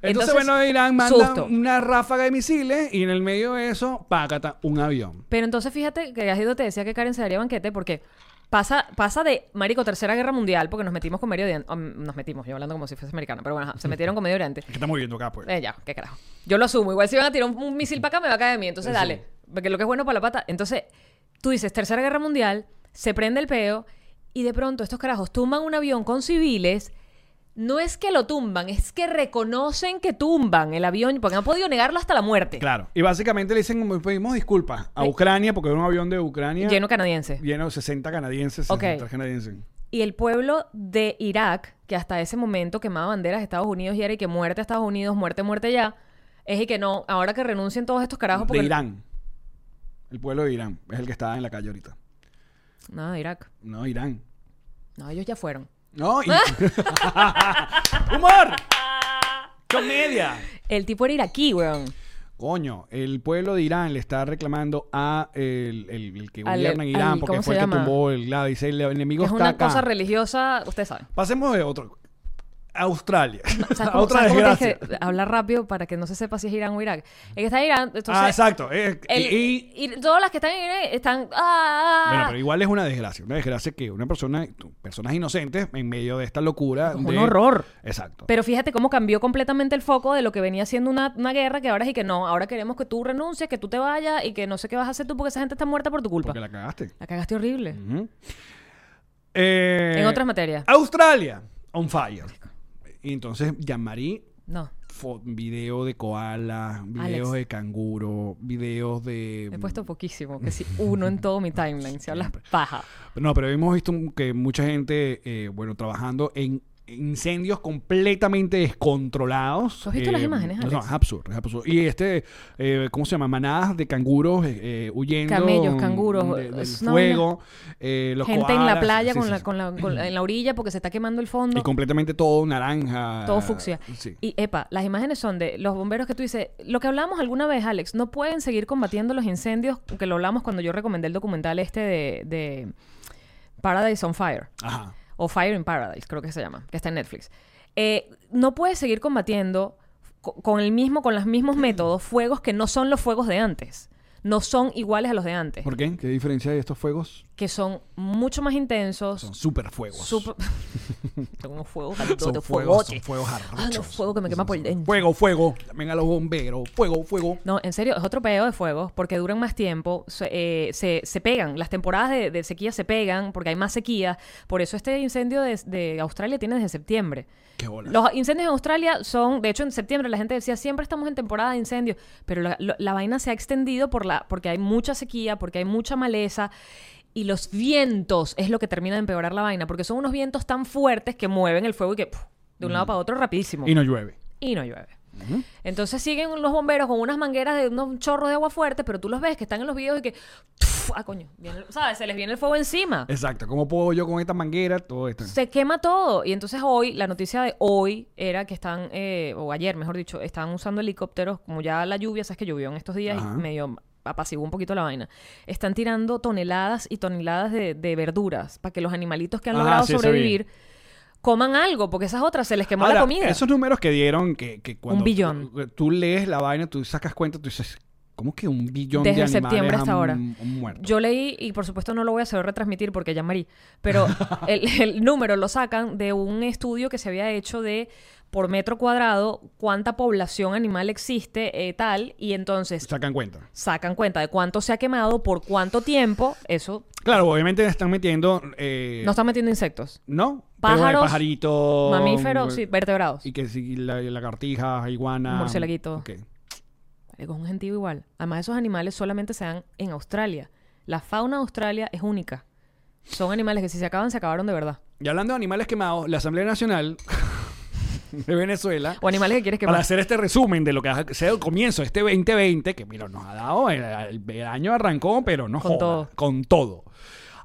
A: Entonces,
B: Entonces,
A: bueno, Irán manda
B: susto.
A: una ráfaga de misiles y en el medio de eso, pácata, un avión.
B: Pero entonces fíjate que Gajido te decía que Karen se daría banquete porque pasa, pasa de, marico, Tercera Guerra Mundial, porque nos metimos con Medio Oriente. um, nos metimos, yo hablando como si fuese americano, pero bueno, ajá, se metieron con Medio Oriente.
A: ¿Qué estamos viendo acá, pues?
B: Eh, ya, qué carajo. Yo lo asumo. Igual si van a tirar un, un misil para acá, me va a caer a mí. Entonces, dale. Porque lo que es bueno para la pata. Entonces, tú dices, Tercera Guerra Mundial, se prende el peo y de pronto estos carajos tumban un avión con civiles. No es que lo tumban, es que reconocen que tumban el avión porque han podido negarlo hasta la muerte.
A: Claro. Y básicamente le dicen, como, pedimos disculpas a
B: Eh.
A: Ucrania porque era un avión de Ucrania
B: Lleno canadiense.
A: lleno de 60 canadienses,
B: Ok.
A: 60 canadienses.
B: Y el pueblo de Irak, que hasta ese momento quemaba banderas de Estados Unidos y era y que muerte a Estados Unidos, muerte, muerte ya, es y que no, ahora que renuncien todos estos carajos porque...
A: De Irán. El pueblo de Irán. Es el que está en la calle ahorita.
B: No, de Irak.
A: No, Irán.
B: No, ellos ya fueron.
A: No, y- ¡Humor! ¡Comedia!
B: El tipo era iraquí, weón.
A: Coño, el pueblo de Irán le está reclamando a el, el- el que
B: Al-
A: gobierna en
B: al-
A: Irán porque
B: ¿cómo
A: fue
B: se
A: el que
B: llama?
A: tumbó el Gladys, el enemigo
B: es
A: está
B: una
A: acá.
B: cosa religiosa, ustedes saben.
A: Pasemos de otro. Australia.
B: ¿Sabes cómo,
A: Otra
B: sabes cómo tienes
A: desgracia.
B: que hablar rápido para que no se sepa si es Irán o Irak? Es que está Irán, entonces...
A: ah, exacto. eh,
B: el-
A: y-
B: y todas las que están en Irán están... ah,
A: Bueno, pero igual es una desgracia. Una desgracia que una persona, personas inocentes, en medio de esta locura.
B: Un
A: de-
B: horror.
A: Exacto.
B: Pero fíjate cómo cambió completamente el foco de lo que venía siendo una, una guerra, que ahora es y que no, ahora queremos que tú renuncies, que tú te vayas y que no sé qué vas a hacer tú porque esa gente está muerta por tu culpa.
A: porque
B: La...
A: la cagaste.
B: cagaste horrible.
A: Eh,
B: En otras materias.
A: Australia, on fire. Y entonces, Jean-Marie,
B: No.
A: fo- video de koala, videos
B: Alex.
A: de canguro, videos de...
B: He puesto poquísimo, que si uno en todo mi timeline, se habla paja.
A: No, pero hemos visto un- que mucha gente, eh, bueno, trabajando en incendios completamente descontrolados. Eh,
B: ¿Tú has visto las imágenes,
A: No,
B: Alex?
A: no, es absurdo, es absurdo. Y este, eh, ¿cómo se llama? Manadas de canguros eh, eh, huyendo.
B: Camellos, canguros,
A: de- del
B: es una
A: fuego. eh, los
B: Gente en la
A: koalas,
B: playa
A: sí,
B: con
A: sí,
B: la,
A: sí.
B: con la- con la- en la orilla porque se está quemando el fondo.
A: Y completamente todo naranja.
B: Todo fucsia.
A: Sí.
B: Y epa, las imágenes son de los bomberos que tú dices, lo que hablamos alguna vez, Alex, no pueden seguir combatiendo los incendios, que lo hablamos cuando yo recomendé el documental este de, de Paradise on Fire,
A: Ajá.
B: o Fire in Paradise, creo que se llama, que está en Netflix. Eh, no puedes seguir combatiendo co- con el mismo, con los mismos métodos, fuegos que no son los fuegos de antes. No son iguales a los de antes.
A: ¿Por qué? ¿Qué diferencia hay de estos fuegos?
B: Que son mucho más intensos.
A: Son super fuegos.
B: Super... Tengo unos fuegos
A: Son
B: calurosos,
A: fuegos, son
B: fuegotes.
A: fuegos
B: Ah, los
A: arrechos.
B: fuegos que me quema por dentro.
A: Fuego, fuego. Llamen a los bomberos. Fuego, fuego.
B: No, en serio, es otro peo de fuegos porque duran más tiempo, se, eh, se, se pegan, las temporadas de, de sequía se pegan porque hay más sequía, por eso este incendio de, de Australia tiene desde septiembre.
A: Qué bola.
B: Los incendios en Australia son, de hecho en septiembre la gente decía, siempre estamos en temporada de incendios, pero la, lo- la vaina se ha extendido por la, porque hay mucha sequía, porque hay mucha maleza. Y los vientos es lo que termina de empeorar la vaina, porque son unos vientos tan fuertes que mueven el fuego y que puf, de un lado para otro rapidísimo
A: Mm. Y no llueve.
B: y no llueve. Entonces siguen los bomberos con unas mangueras de unos chorros de agua fuerte, pero tú los ves que están en los videos y que. ¡tuf! ¡Ah, coño! viene- ¿Sabes? Se les viene el fuego encima.
A: Exacto. ¿Cómo puedo yo con esta manguera? Todo esto.
B: Se quema todo. Y entonces hoy, la noticia de hoy era que están, eh, o ayer mejor dicho, estaban usando helicópteros, como ya la lluvia, sabes que llovió en estos días
A: Ajá.
B: y medio apaciguó un poquito la vaina. Están tirando toneladas y toneladas de, de verduras para que los animalitos que han
A: Ajá,
B: logrado
A: Ah, sí, eso vi.
B: sobrevivir coman algo, porque esas otras se les quemó
A: Ahora,
B: la comida.
A: Esos números que dieron, que, que cuando
B: Un billón.
A: Tú, tú lees la vaina, tú sacas cuenta, tú dices, ¿cómo que un billón de
B: Desde
A: animales
B: septiembre hasta
A: han-
B: ahora.
A: han muerto?
B: Yo leí, y por supuesto no lo voy a saber retransmitir porque ya marí, pero el, el número lo sacan de un estudio que se había hecho de por metro cuadrado cuánta población animal existe, eh, tal, y entonces
A: Sacan cuenta.
B: sacan cuenta de cuánto se ha quemado, por cuánto tiempo, eso.
A: Claro, obviamente están metiendo... eh,
B: No están metiendo insectos.
A: ¿no? Pero de
B: Pájaros,
A: pajaritos...
B: mamíferos, sí, vertebrados.
A: Oh, Y que sí, la- lagartijas, iguanas...
B: Murcielaguito.
A: Ok.
B: Marico, Es un gentío igual. Además, esos animales solamente se dan en Australia. La fauna de Australia es única. Son animales que si se acaban, se acabaron de verdad.
A: Y hablando de animales quemados, la Asamblea Nacional de Venezuela...
B: O animales que quieres que
A: Para hacer este resumen de lo que ha sido el comienzo de este 2020, que mira, nos ha dado, el, el- el año arrancó, pero no
B: Con
A: joda,
B: todo.
A: con todo.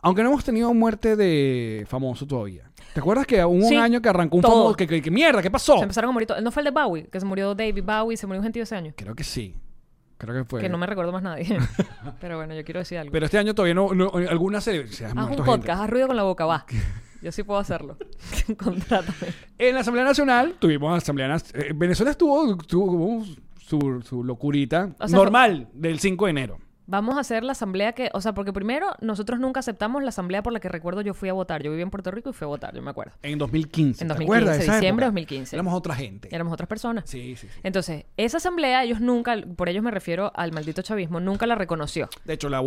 A: Aunque no hemos tenido muerte de famoso todavía. ¿Te acuerdas que hubo
B: Sí,
A: un año que arrancó un
B: todo.
A: famoso? Que, que- que mierda? ¿Qué pasó?
B: Se empezaron a morir todos. ¿No fue el de Bowie? Que se murió David Bowie, se murió un gentío ese año.
A: Creo que sí. Creo que fue.
B: Que no me recuerdo más nadie. Pero bueno, yo quiero decir algo.
A: Pues Pero este año todavía no, no- alguna celebridad.
B: haz un podcast, haz ruido con la boca, va. Yo sí puedo hacerlo. Contrátame.
A: En la Asamblea Nacional tuvimos Asamblea Nacional. Venezuela estuvo, tuvo su, su locurita
B: O sea,
A: normal del 5 de enero.
B: Vamos a hacer la asamblea que, o sea, porque primero nosotros nunca aceptamos la asamblea por la que recuerdo yo fui a votar. Yo viví en Puerto Rico y fui a votar, yo me acuerdo.
A: En 2015.
B: En
A: ¿te
B: 2015,
A: acuerdas de esa
B: diciembre de
A: época?
B: 2015.
A: Éramos otra gente.
B: Éramos otras personas.
A: Sí, sí, sí.
B: Entonces, esa asamblea, ellos nunca, por ellos me refiero al maldito chavismo, nunca la reconoció.
A: De hecho, la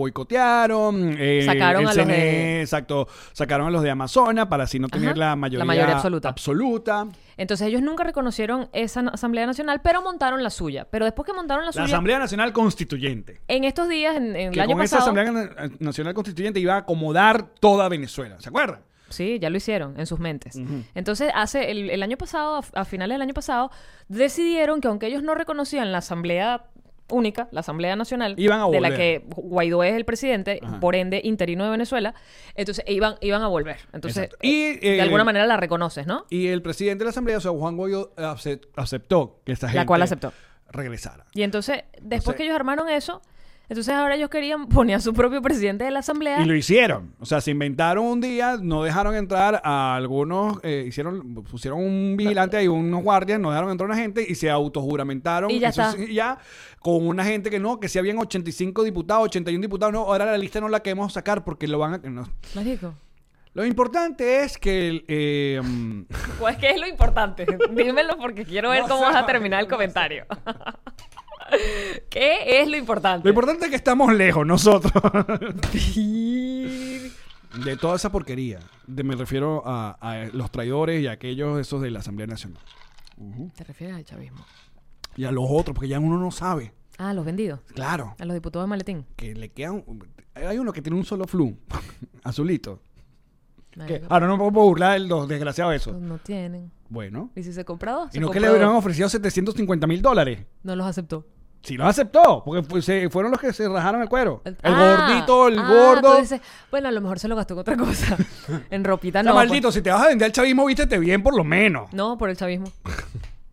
A: boicotearon. eh,
B: Sacaron
A: el
B: a los de-
A: CNE, Exacto. Sacaron a los de Amazonas para así no tener
B: Ajá,
A: la mayoría,
B: la mayoría absoluta.
A: absoluta.
B: Entonces, ellos nunca reconocieron esa na- asamblea nacional, pero montaron la suya. Pero después que montaron la
A: La
B: suya,
A: Asamblea Nacional Constituyente.
B: en estos días, en, en el
A: Que
B: año
A: con esa
B: pasado...
A: Asamblea Na- Nacional Constituyente iba a acomodar toda Venezuela. ¿Se acuerdan?
B: Sí, ya lo hicieron en sus mentes. Entonces, hace el, el año pasado, a, a finales del año pasado, decidieron que aunque ellos no reconocían la Asamblea Única, la Asamblea Nacional,
A: Iban a
B: de la
A: volver.
B: que Guaidó es el presidente,
A: Ajá.
B: por ende interino de Venezuela, entonces iban, iban a volver. Entonces,
A: Exacto. Y,
B: de
A: eh,
B: alguna manera la reconoces, ¿no?
A: Y el presidente de la Asamblea, o sea, Juan Guaidó, acep- aceptó que esta gente
B: La cual aceptó.
A: regresara.
B: Y entonces, después
A: Entonces-
B: que ellos armaron eso, Entonces ahora ellos querían poner a su propio presidente de la asamblea.
A: Y lo hicieron. O sea, se inventaron un día, no dejaron entrar a algunos, eh, hicieron, pusieron un vigilante ahí, unos guardias, no dejaron entrar a una gente y se autojuramentaron.
B: Y ya
A: Eso
B: está.
A: sí, ya con una gente que no, que si habían 85 diputados, 81 diputados, no, ahora la lista no la queremos sacar porque lo van a... no.
B: Marico.
A: Lo importante es que... el, eh, mm,
B: Pues que es lo importante. Dímelo porque quiero ver
A: No
B: cómo
A: sé,
B: vas a
A: marico,
B: terminar el
A: no
B: comentario. ¿Qué es lo importante?
A: lo importante es que estamos lejos nosotros.
B: importante.
A: de toda esa porquería. De- me refiero a, a los traidores y a aquellos esos de la Asamblea Nacional.
B: ¿Te refieres al chavismo?
A: Y a los otros, porque ya uno no sabe.
B: Ah, a los vendidos.
A: Claro.
B: A los diputados de maletín.
A: que le queda un- hay uno que tiene un solo flu azulito que
B: Marico,
A: ahora no me puedo burlar de los desgraciados
B: pues
A: eso
B: no tienen.
A: bueno
B: ¿Y si se compró dos?
A: y
B: Se
A: no que le
B: compró
A: hubieran
B: dos.
A: ofrecido 750 mil dólares
B: No los aceptó.
A: si los aceptó porque fu- se- fueron los que se rajaron el cuero el
B: Ah,
A: gordito el
B: ah,
A: gordo
B: tú dices, bueno, a lo mejor se lo gastó en otra cosa. en ropita
A: O sea,
B: no. pues.
A: maldito si te vas a vender al chavismo vístete bien por lo menos
B: por- no, por el chavismo.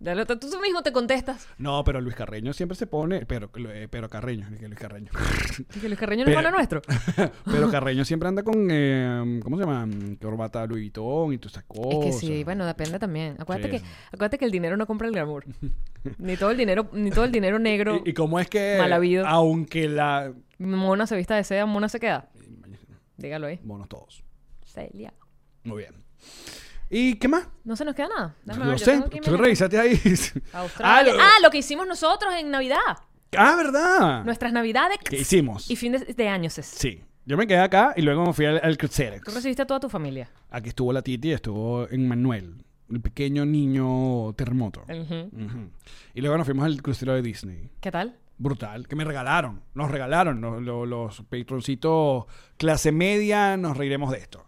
B: Ya lo- tú tú mismo te contestas.
A: no pero Luis Carreño siempre se pone pero eh, pero Carreño dije Luis Carreño
B: Que Luis Carreño no es
A: Pero-
B: pana nuestro.
A: pero Carreño siempre anda con eh, cómo se llama corbata Louis Vuitton y todas esas
B: Es
A: cosas
B: que sí, bueno, depende también. Acuérdate,
A: Oh, Sí.
B: que, acuérdate que el dinero no compra el glamour. ni todo el dinero, ni todo el dinero negro.
A: y, y cómo es que
B: Mal habido.
A: aunque la
B: Mona se vista de seda, mona se queda. Dígalo ahí.
A: Monos todos.
B: Celia.
A: Muy bien. ¿Y qué más?
B: No se nos queda nada. Déjame
A: no
B: ver, yo
A: sé,
B: tengo aquí
A: tú
B: mi-
A: revisaste ahí.
B: Australia.
A: Ah,
B: Ah,
A: lo-
B: lo... que hicimos nosotros en Navidad.
A: ah, ¿verdad?
B: Nuestras Navidades.
A: ¿Qué hicimos?
B: Y fines de, de años. es.
A: Sí. Yo me quedé acá y luego me fui al, al crucero.
B: Tú recibiste a toda tu familia.
A: Aquí estuvo la Titi y estuvo Manuel, el pequeño niño terremoto.
B: Ujú.
A: Ujú. Y luego nos fuimos al crucero de Disney.
B: ¿Qué tal?
A: Brutal, que me regalaron, nos regalaron lo- lo- los patroncitos clase media, nos reiremos de esto.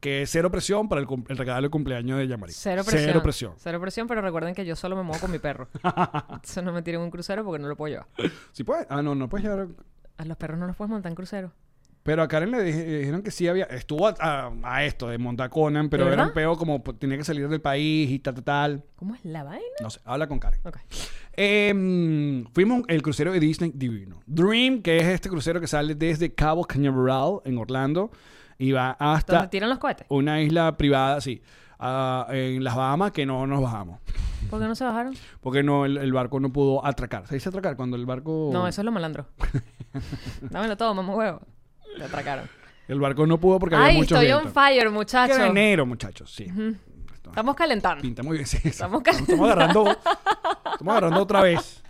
A: Que cero presión para el, cum- el regalo de cumpleaños de Yamari.
B: Cero presión.
A: Cero presión.
B: Cero presión, pero recuerden que yo solo me muevo con mi perro. Eso no me tiren un crucero porque no lo puedo llevar.
A: Si puede, ah, no, no puedes llevar
B: A los perros no los puedes montar en crucero.
A: Pero a Karen le dije- le dijeron que sí había. Estuvo a, a- a esto de montar Conan, pero
B: ¿De
A: era un
B: verdad?
A: peo como po- tenía que salir del país y tal, tal, tal.
B: ¿Cómo es la vaina?
A: No sé, habla con Karen.
B: Ok.
A: Em, fuimos el crucero de Disney divino. Dream, que es este crucero que sale desde Cabo Canaveral en Orlando y va
B: ¿Dónde
A: hasta
B: tiran los cohetes?
A: una isla privada, sí, ah, en las Bahamas que no nos bajamos.
B: ¿Por qué no se bajaron?
A: Porque no, el, el barco no pudo atracar. ¿Se dice atracar cuando el barco.
B: No, eso es lo malandro. Dámelo todo, mamá huevo. Te atracaron.
A: El barco no pudo porque había
B: Ay,
A: mucho
B: estoy
A: viento.
B: on fire,
A: Que era
B: muchachos.
A: enero, muchachos, sí.
B: Estamos calentando.
A: Pinta muy bien. sí.
B: Estamos
A: estamos agarrando. Estamos agarrando otra vez.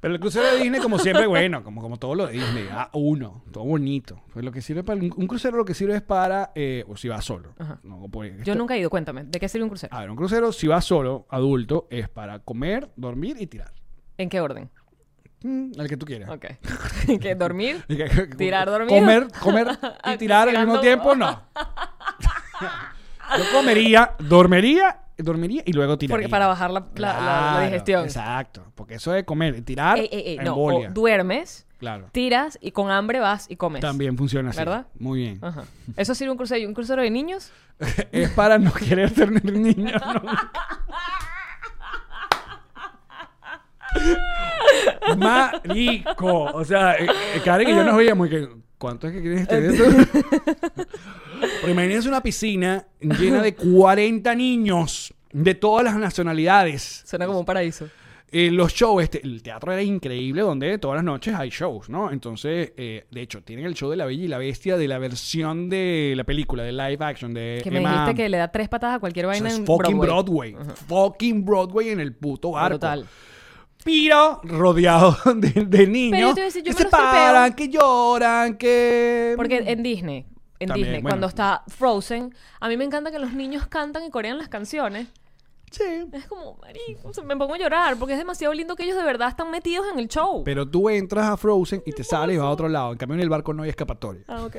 A: Pero el crucero de Disney, como siempre, bueno, como, como todo lo de Disney, a uno, todo bonito. Pues lo que sirve para un, un crucero lo que sirve es para, eh, o si vas solo.
B: Ajá.
A: No, pues,
B: Yo
A: esto-
B: nunca he ido, cuéntame. ¿De qué sirve un crucero?
A: A ver, un crucero, si vas solo, adulto, es para comer, dormir y tirar.
B: ¿En qué orden?
A: Mm, el que tú quieras.
B: Ok. ¿Que dormir?
A: Y que- que-
B: Tirar, dormir.
A: Comer, comer y tirar al mismo
B: Tirando.
A: tiempo, no. Yo comería, dormiría, dormiría y luego tiraría.
B: Porque para bajar la, la- la- la
A: Claro,
B: digestión.
A: Exacto, porque eso de comer y tirar
B: Ey, ey, ey, no,
A: embolia.
B: o duermes,
A: claro.
B: tiras y con hambre vas y comes.
A: También funciona así.
B: ¿Verdad? Ah.
A: Muy bien.
B: Ajá. ¿Eso sirve un crucero? ¿Y ¿Un crucero de niños?
A: es para no querer tener niños. nunca. Marico. O sea, eh, eh, Karen y yo nos veíamos y que ¿cuánto es que quieres tener? Pero imagínense una piscina llena de 40 niños de todas las nacionalidades.
B: Suena como un paraíso.
A: Eh, los shows, este, el teatro era increíble donde todas las noches hay shows, ¿no? Entonces, eh, de hecho, tienen el show de La Bella y la Bestia de la versión de la película, de live action, de
B: Que me
A: Emma-
B: dijiste que le da tres patadas a cualquier
A: o sea,
B: vaina
A: eh, es
B: en
A: fucking
B: Broadway. Ah,
A: Broadway. Fucking Broadway en el puto barco.
B: Brutal.
A: Piro rodeado de, de niños.
B: yo te voy a decir, yo
A: que
B: me
A: se
B: lo sorpeo.
A: paran, que lloran, que.
B: Porque en Disney, en
A: También,
B: Disney,
A: bueno.
B: cuando está Frozen, a mí me encanta que los niños cantan y corean las canciones.
A: Sí.
B: Es como, marico, o sea, me pongo a llorar porque es demasiado lindo que ellos de verdad están metidos en el show.
A: Pero tú entras a Frozen y te sales y vas a otro lado. En cambio, en el barco no hay escapatoria.
B: Ah, ok.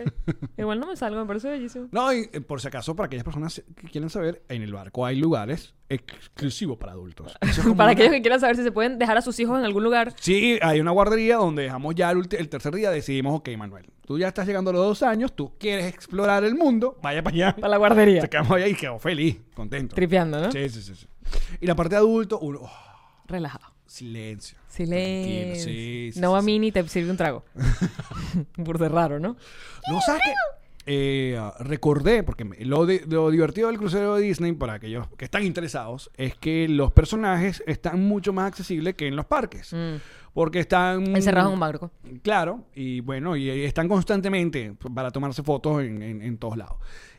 B: Igual no me salgo, me parece bellísimo.
A: No, y, eh, por si acaso, para aquellas personas que quieren saber, en el barco hay lugares exclusivos para adultos. Eso es como
B: Para
A: una-
B: aquellos que quieran saber si se pueden dejar a sus hijos en algún lugar.
A: Sí, hay una guardería donde dejamos ya el, ulti- el tercer día, decidimos, ok, Manuel, tú ya estás llegando a los dos años, tú quieres explorar el mundo, vaya para allá.
B: Para la guardería.
A: Se quedamos allá y quedó feliz, contento.
B: Tripeando, ¿no?
A: Sí, sí, sí, sí. Y la parte de adulto, uno, oh,
B: Relajado.
A: Silencio. Tranquilo,
B: Silencio.
A: sí, sí,
B: no
A: sí,
B: a
A: sí.
B: mí ni te sirve un trago. Burde raro, ¿no?
A: No sabes qué? Eh, ah, recordé, porque me- lo, de- lo divertido del crucero de Disney, para aquellos que están interesados, es que los personajes están mucho más accesibles que en los parques. Porque están.
B: Mm. Encerrados en un barco.
A: Claro, y bueno, y y están constantemente para tomarse fotos en, en- en todos lados.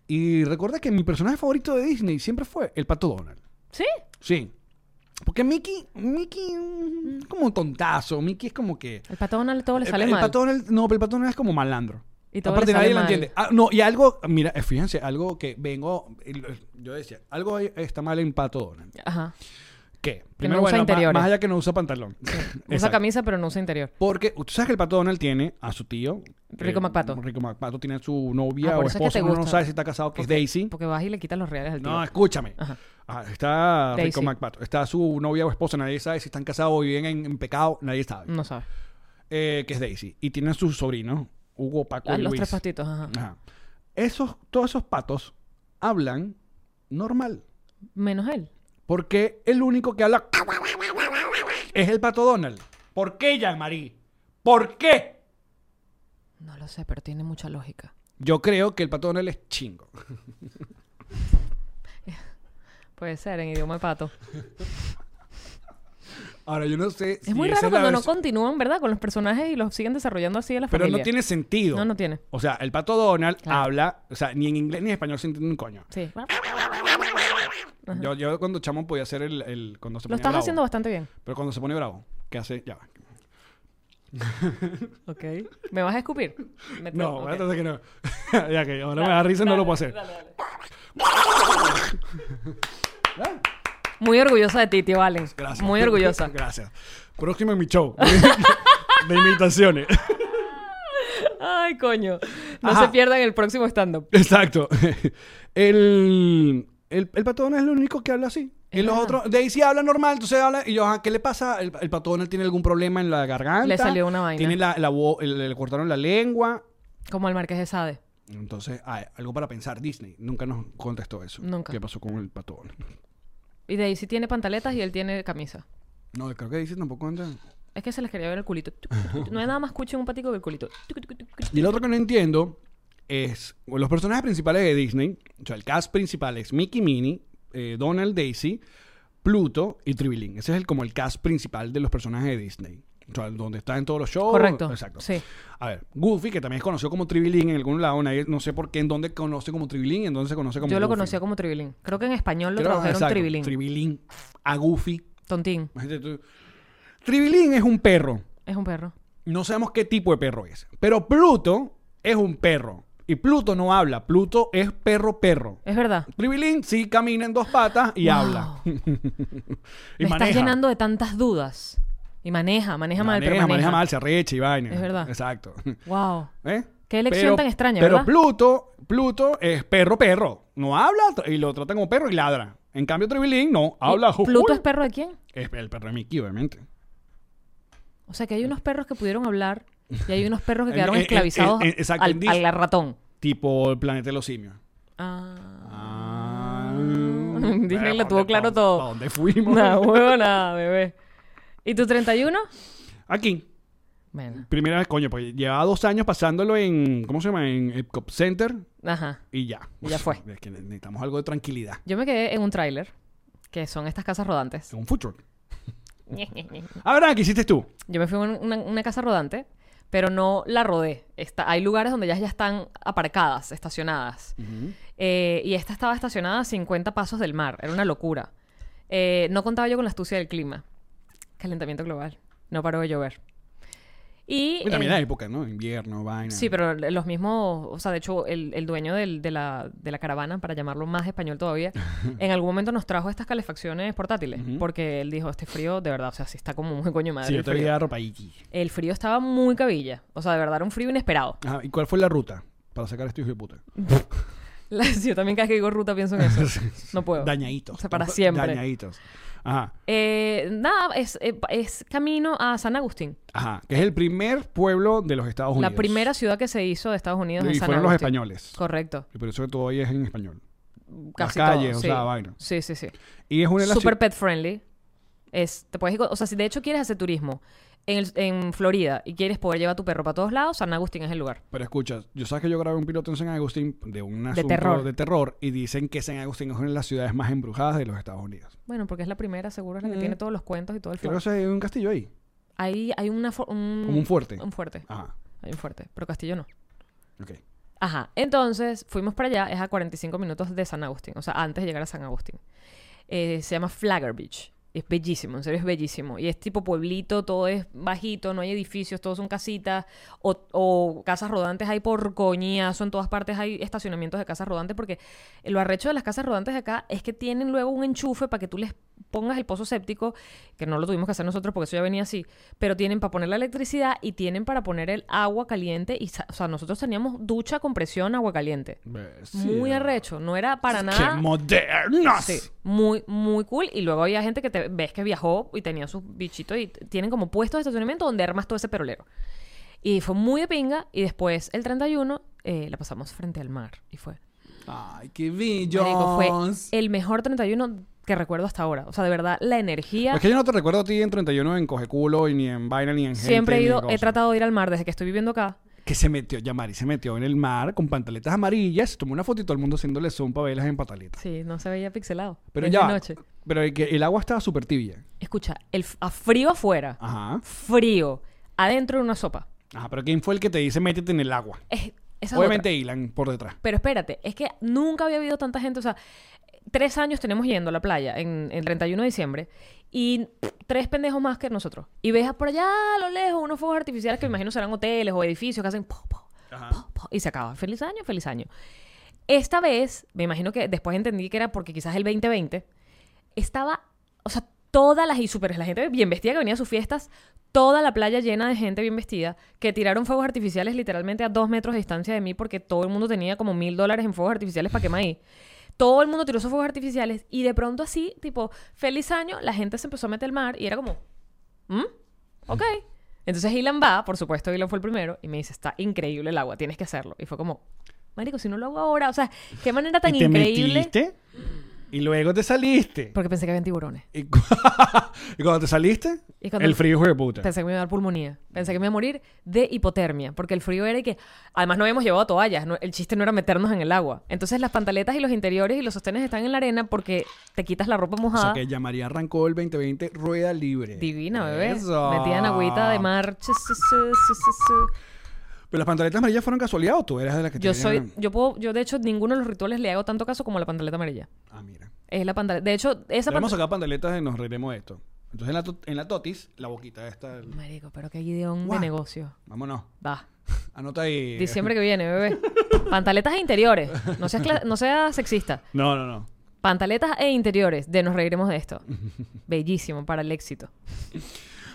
A: Y recordé que mi personaje favorito de Disney siempre fue el pato Donald.
B: ¿Sí?
A: Sí. Porque Mickey, Mickey, mm, como un tontazo. Mickey es como que.
B: El pato Donald todo le sale
A: el, el
B: mal.
A: pato Donald- no, pero el pato Donald es como malandro.
B: Y todo
A: Aparte,
B: le sale
A: nadie
B: mal.
A: lo entiende. Ah, no, y algo, mira, eh, fíjense, algo que vengo. Yo decía, algo ahí está mal en pato Donald.
B: Ajá.
A: ¿Qué?
B: no usa
A: ma-
B: interiores.
A: más allá que no usa pantalón.
B: Usa
A: Exacto.
B: camisa pero no usa interior.
A: Porque tú sabes que el pato Donald tiene a su tío. Eh,
B: Rico McPato.
A: Rico McPato tiene a su novia
B: Ah, por
A: o
B: eso es que
A: esposa.
B: te
A: uno no
B: gusta.
A: sabe si está casado, que es Daisy.
B: Porque vas y le quitas los reales al tío.
A: No, escúchame.
B: Ajá.
A: Ah, está Rico
B: Daisy.
A: McPato. Está su novia o esposa. Nadie sabe si están casados o viven en, en pecado. Nadie sabe.
B: No sabes.
A: Eh, que es Daisy. Y tiene a su sobrino, Hugo, Paco
B: Ah,
A: y
B: los
A: Luis.
B: tres pastitos, ajá.
A: Ajá. Esos, todos esos patos hablan normal.
B: Menos él.
A: Porque el único que habla es el pato Donald. ¿Por qué, Jean-Marie? ¿Por qué?
B: No lo sé, pero tiene mucha lógica.
A: Yo creo que el pato Donald es chingo.
B: Puede ser, en idioma de pato.
A: Ahora, yo no sé.
B: es muy raro cuando no continúan, ¿verdad? Con los personajes y los siguen desarrollando así de la
A: Pero
B: familia.
A: no tiene sentido.
B: No, no tiene.
A: O sea, el pato Donald
B: Claro.
A: habla, o sea, ni en inglés ni en español se entiende un coño.
B: Sí.
A: Yo, yo cuando chamo podía hacer el, el- cuando se
B: Lo
A: ponía
B: estás
A: bravo.
B: haciendo bastante bien.
A: Pero cuando se pone bravo, ¿qué hace? Ya. va.
B: Ok. ¿Me vas a escupir? Me-
A: No,
B: ok.
A: entonces que no. ya que ahora me da risa no lo puedo hacer.
B: Muy orgullosa de ti, tío Valen.
A: Gracias.
B: Muy orgullosa.
A: Gracias. Próximo en mi show. de imitaciones.
B: Ay, coño. No
A: Ajá.
B: se pierdan el próximo stand-up.
A: Exacto. El, el, el patón es el único que habla así. Y los otros, Daisy habla normal, entonces habla. Y yo, ajá, ¿qué le pasa? El, el patón tiene algún problema en la garganta.
B: Le salió una vaina.
A: Tiene la, la vo- el- le cortaron la lengua.
B: Como el Marqués de Sade.
A: Entonces, ah, algo para pensar. Disney nunca nos contestó eso.
B: Nunca.
A: ¿Qué pasó con el patón?
B: Y de ahí sí tiene pantaletas y él tiene camisa.
A: No, creo que Daisy tampoco entra.
B: Es que se les quería ver el culito. No hay nada más cucho en un patico que el culito.
A: Y el otro que no entiendo es bueno, los personajes principales de Disney. O sea, el cast principal es Mickey Minnie, eh, Donald Daisy, Pluto y Tribilín. Ese es el, como el cast principal de los personajes de Disney. O sea, donde está en todos los shows.
B: Correcto.
A: Oh, Exacto.
B: Sí.
A: A ver, Goofy, que también es conocido como Tribilín en algún lado. nadie- no sé por qué en dónde conoce como Tribilín y en dónde se conoce como
B: Yo lo
A: Goofy.
B: conocía como tribilín. Creo que en español lo
A: Creo-
B: tradujeron
A: exacto,
B: tribilín.
A: Tribilín. A Goofy.
B: Tontín.
A: Imagínate tú. Tribilín es un perro.
B: Es un perro.
A: No sabemos qué tipo de perro es. Pero Pluto es un perro. Y Pluto no habla. Pluto es perro-perro.
B: Es verdad.
A: Tribilín sí camina en dos patas y
B: Wow.
A: habla. y
B: Me estás llenando de tantas dudas. Y maneja, maneja, mal, pero
A: Maneja,
B: maneja.
A: maneja mal, se arrecha y vaina.
B: Es verdad.
A: Exacto.
B: Wow.
A: ¿Eh?
B: Qué elección tan extraña,
A: Pero
B: ¿verdad?
A: Pluto, Pluto es perro-perro. No habla tra- y lo tratan como perro y ladra. En cambio, Tribilín no habla.
B: ¿Y ¿Pluto
A: Uy.
B: es perro de quién?
A: Es el perro de Mickey, obviamente.
B: O sea, que hay unos perros que pudieron hablar y hay unos perros que
A: En-
B: quedaron
A: en- en-
B: esclavizados
A: en- eh, exacto, en
B: al,
A: Dis-
B: al ratón.
A: Tipo el planeta de los simios.
B: Ah.
A: Ah.
B: Disney
A: ¿Dónde-
B: lo tuvo claro
A: dónde-
B: todo.
A: ¿Dónde fuimos?
B: Nada, huevo, nada, bebé. ¿Y tu 31?
A: Aquí.
B: Bueno,
A: Primera vez, coño, pues llevaba dos años pasándolo en, ¿cómo se llama? En Epcop Center
B: ajá.
A: y ya.
B: Y ya fue.
A: Es que necesitamos algo de tranquilidad.
B: Yo me quedé en un tráiler, que son estas casas rodantes.
A: En un food truck. Ah, ¿verdad? ¿Qué hiciste tú?
B: Yo me fui a un- una, una casa rodante, pero no la rodé. Está, hay lugares donde ya, ya están aparcadas, estacionadas. Eh, y esta estaba estacionada a 50 pasos del mar. Era una locura. Eh, no contaba yo con la astucia del clima. Calentamiento global. No paró de llover. Y,
A: Y también
B: eh,
A: la época, ¿no? Invierno, vaina.
B: Sí, pero los mismos, o sea, de hecho, el, el dueño del- de, la, de la caravana, para llamarlo más español todavía, en algún momento nos trajo estas calefacciones portátiles, porque él dijo, este frío, de verdad, o sea, sí está como muy coño de madre.
A: Sí, yo
B: el,
A: te voy
B: frío.
A: a dar ropa Iki.
B: El frío estaba muy cabilla, o sea, de verdad era un frío inesperado.
A: Ajá, ¿y cuál fue la ruta para sacar a este hijo de puta?
B: La- yo también cada vez que digo ruta pienso en eso. No puedo.
A: Dañaditos.
B: O sea, para siempre.
A: Dañaditos. Ajá,
B: Eh, nada, es, eh, es camino a San Agustín,
A: ajá. Que es el primer pueblo de los Estados Unidos.
B: la primera ciudad que se hizo de Estados Unidos.
A: Y
B: es San
A: fueron los
B: Agustín.
A: españoles.
B: Correcto.
A: Y por eso todavía es en español.
B: Casi
A: calles,
B: todo,
A: o
B: sí.
A: sea, vaina.
B: Sí, sí, sí.
A: Y es una de las
B: Super pet friendly. Es, te puedes, ir con- o sea, si de hecho quieres hacer turismo en, el- en Florida y quieres poder llevar a tu perro para todos lados, San Agustín es el lugar.
A: Pero escucha, yo sabes que yo grabé un piloto en San Agustín de un asunto
B: terror.
A: de terror y dicen que San Agustín es una de las ciudades más embrujadas de los Estados Unidos.
B: Bueno, porque es la primera, seguro
A: Mm.
B: es la que tiene todos los cuentos y todo el
A: Creo que
B: flow.
A: eso hay un castillo ahí.
B: Ahí hay una for- un,
A: Como un fuerte.
B: Mm, Un fuerte.
A: Ajá.
B: Hay un fuerte, pero Castillo no.
A: Ok.
B: Ajá, entonces fuimos para allá, es a 45 minutos de San Agustín, o sea, antes de llegar a San Agustín. Eh, se llama Flagger Beach. Es bellísimo, en serio es bellísimo. Y es tipo pueblito, todo es bajito, no hay edificios, todos son casitas o, o casas rodantes hay por coñazo, en todas partes hay estacionamientos de casas rodantes porque lo arrecho de las casas rodantes de acá es que tienen luego un enchufe para que tú les pongas el pozo séptico, que no lo tuvimos que hacer nosotros porque eso ya venía así, pero tienen para poner la electricidad y tienen para poner el agua caliente y, sa- o sea, nosotros teníamos ducha con presión, agua caliente. Muy arrecho, no era para nada.
A: ¡Qué modernos!
B: Sí, muy, muy cool. Y luego había gente que te ves que viajó y tenía sus bichitos y t- tienen como puestos de estacionamiento donde armas todo ese perolero. Y fue muy de pinga. Y después, el 31, eh, la pasamos frente al mar. Y fue.
A: Ay, qué bello.
B: marico, fue el mejor 31 que recuerdo hasta ahora. O sea, de verdad, la energía.
A: Es que yo no te recuerdo a ti en 31 en Cogeculo y ni en vaina ni en gente,
B: Siempre he
A: ni en
B: ido, he
A: cosa.
B: tratado de ir al mar desde que estoy viviendo acá.
A: Que se metió, Yamari se metió en el mar con pantaletas amarillas, se tomó una foto y todo el mundo haciéndole zoom para velas en pantaletas.
B: Sí, no se veía pixelado.
A: Pero
B: Es de
A: ya.
B: noche.
A: Pero el, que- el agua estaba súper tibia.
B: Escucha, el, f- a frío afuera.
A: Ajá.
B: Frío. Adentro de una sopa.
A: Ajá, pero ¿quién fue el que te dice métete en el agua?
B: Es, esa es otra.
A: Obviamente Ilan por detrás.
B: Pero espérate, es que nunca había habido tanta gente. O sea, tres años tenemos yendo a la playa en el 31 de diciembre y tres pendejos más que nosotros. Y ves por allá a lo lejos unos fuegos artificiales que me imagino serán hoteles o edificios que hacen po, po, po, po, y se acaba. Feliz año, feliz año. Esta vez, me imagino que después entendí que era porque quizás el 2020 estaba, o sea, todas las y super, la gente bien vestida que venía a sus fiestas, toda la playa llena de gente bien vestida, que tiraron fuegos artificiales literalmente a dos metros de distancia de mí porque todo el mundo tenía como mil dólares en fuegos artificiales para quemar ahí. Todo el mundo tiró sus fuegos artificiales y de pronto así, tipo, feliz año, la gente se empezó a meter al mar y era como, ¿Mm? Ok. Entonces Ilan va, por supuesto, Ilan fue el primero y me dice, está increíble el agua, tienes que hacerlo. Y fue como, marico, si no lo hago ahora, o sea, qué manera tan
A: y te
B: increíble.
A: metiste y luego te saliste.
B: Porque pensé que habían tiburones.
A: Y, cu- y cuando te saliste,
B: Y cuando-
A: el frío hijo de puta.
B: Pensé que me iba a dar pulmonía. Pensé que me iba a morir de hipotermia. Porque el frío era y que. Además, no habíamos llevado toallas. no- el chiste no era meternos en el agua. Entonces, las pantaletas y los interiores y los sostenes están en la arena porque te quitas la ropa
A: O sea
B: mojada.
A: que Yamari arrancó el 2020 rueda libre.
B: Divina, bebé.
A: Eso.
B: Metida en agüita de mar. Chu, chu, chu, chu, chu, chu.
A: Pero las pantaletas amarillas fueron casualidad o tú eras de las que
B: Yo
A: tenían-
B: soy. Yo puedo. Yo, de hecho, ninguno de los rituales le hago tanto caso como la pantaleta amarilla.
A: Ah, mira.
B: Es la pantaleta. De hecho, esa
A: Vamos a
B: pantaleta.
A: sacar pantaletas y nos reiremos de esto. Entonces en la, to- en la totis, la boquita esta. el-
B: Marico, pero qué guión de
A: Guau.
B: negocio.
A: Vámonos.
B: Va.
A: Anota ahí.
B: Diciembre que viene, bebé. Pantaletas e interiores. No seas, cla- no seas sexista.
A: No, no, no.
B: Pantaletas e interiores, de nos reiremos de esto. Bellísimo para el éxito.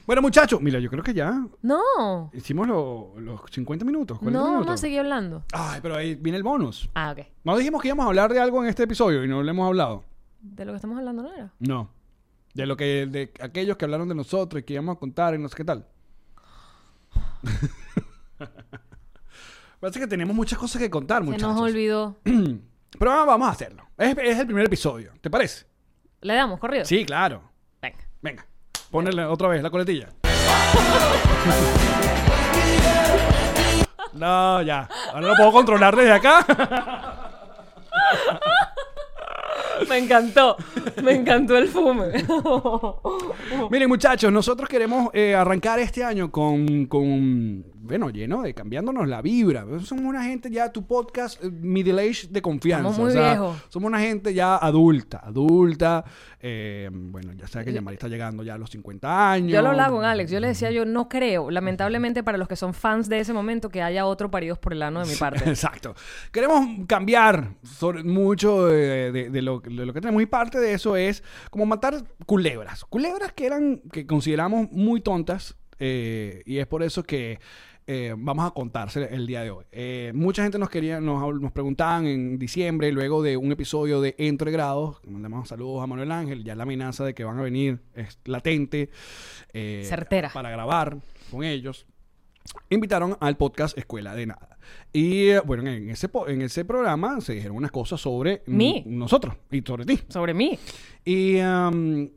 A: Bueno, muchachos, mira, yo creo que ya
B: No,
A: hicimos lo- los 50 minutos. 40
B: no, vamos
A: minutos.
B: a seguir hablando.
A: Ay, pero ahí viene el bonus.
B: Ah, ok.
A: No dijimos que íbamos a hablar de algo en este episodio y no lo hemos hablado.
B: De lo que estamos hablando no era.
A: No. De lo que de aquellos que hablaron de nosotros y que íbamos a contar y no sé qué tal. Parece que tenemos muchas cosas que contar,
B: Se nos
A: muchachos.
B: olvidó.
A: Pero ah, vamos a hacerlo. Es, es el primer episodio, ¿te parece?
B: ¿Le damos corrido?
A: Sí, claro.
B: Venga.
A: Venga. Ponerle otra vez la coletilla. No, ya. Ahora lo puedo controlar desde acá.
B: Me encantó. Me encantó el fume.
A: Miren, muchachos, nosotros queremos eh, arrancar este año con, con, bueno, lleno de cambiándonos la vibra. Somos una gente ya, tu podcast, eh, middle age de confianza.
B: Somos muy
A: o sea,
B: viejos.
A: Somos una gente ya adulta, adulta. eh, bueno, ya sabes que Yamari está llegando ya a los 50 años.
B: Yo lo hablaba con Alex. Yo le decía, yo no creo, lamentablemente para los que son fans de ese momento, que haya otro paridos por el ano de mi parte.
A: Exacto. Queremos cambiar sobre mucho de, de- de lo, de lo que tenemos y parte de eso es como matar culebras. Culebras que eran, que consideramos muy tontas eh, y es por eso que eh, vamos a contarse el día de hoy. Eh, mucha gente nos quería, nos, habl- nos preguntaban en diciembre, luego de un episodio de Entre Grados, mandamos saludos a Manuel Ángel, ya la amenaza de que van a venir es latente. eh,
B: Certera.
A: Para grabar con ellos invitaron al podcast Escuela de Nada. Y eh, bueno, en ese, po- en ese programa se dijeron unas cosas sobre
B: Mí.
A: n- nosotros y sobre ti.
B: Sobre mí.
A: Y, um,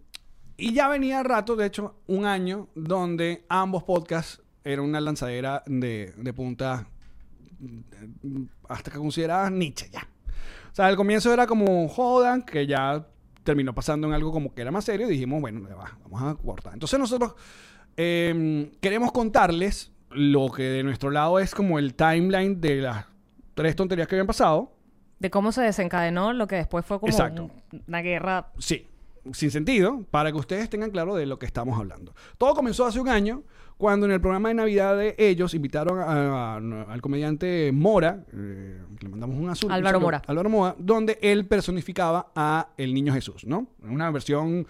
A: Y ya venía rato, de hecho, un año donde ambos podcasts eran una lanzadera de, de punta mm, hasta que consideradas Nietzsche ya. O sea, al comienzo era como jodan, que ya terminó pasando en algo como que era más serio y dijimos, bueno, ya va, vamos a cortar. Entonces nosotros eh, queremos contarles lo que de nuestro lado es como el timeline de las tres tonterías que habían pasado.
B: De cómo se desencadenó lo que después fue como
A: Exacto.
B: un- una guerra.
A: Sí, sin sentido, para que ustedes tengan claro de lo que estamos hablando. Todo comenzó hace un año, cuando en el programa de Navidad de ellos invitaron a- a- al comediante Mora, eh, que le mandamos un azul. un
B: Álvaro
A: saludo,
B: Mora.
A: Álvaro Mora, donde él personificaba a el niño Jesús, ¿no? Una versión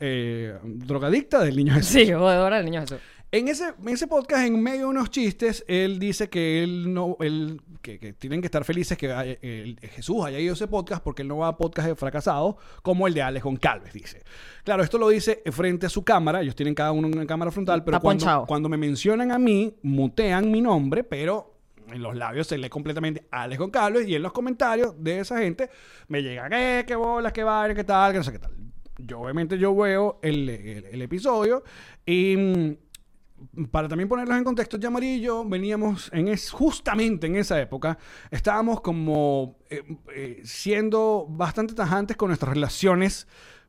A: eh, drogadicta del niño Jesús.
B: Sí, jodedora del niño Jesús.
A: En ese, en ese podcast, en medio de unos chistes, él dice que él no, él, que, que tienen que estar felices que haya- el- eh, Jesús haya ido a ese podcast porque él no va a podcast de fracasados como el de Alex Goncalves, dice. Claro, esto lo dice frente a su cámara, ellos tienen cada uno una cámara frontal, pero
B: Está
A: cuando,
B: ponchado.
A: cuando me mencionan a mí, mutean mi nombre, pero en los labios se lee completamente Alex Goncalves y en los comentarios de esa gente me llegan, eh, qué bolas, qué vaina, qué tal, que no sé qué tal. Yo obviamente yo veo el, el- el episodio y... mm, para también ponerlos en contexto, ya amarillo, veníamos en es, justamente en esa época, estábamos como eh, eh, siendo bastante tajantes con nuestras relaciones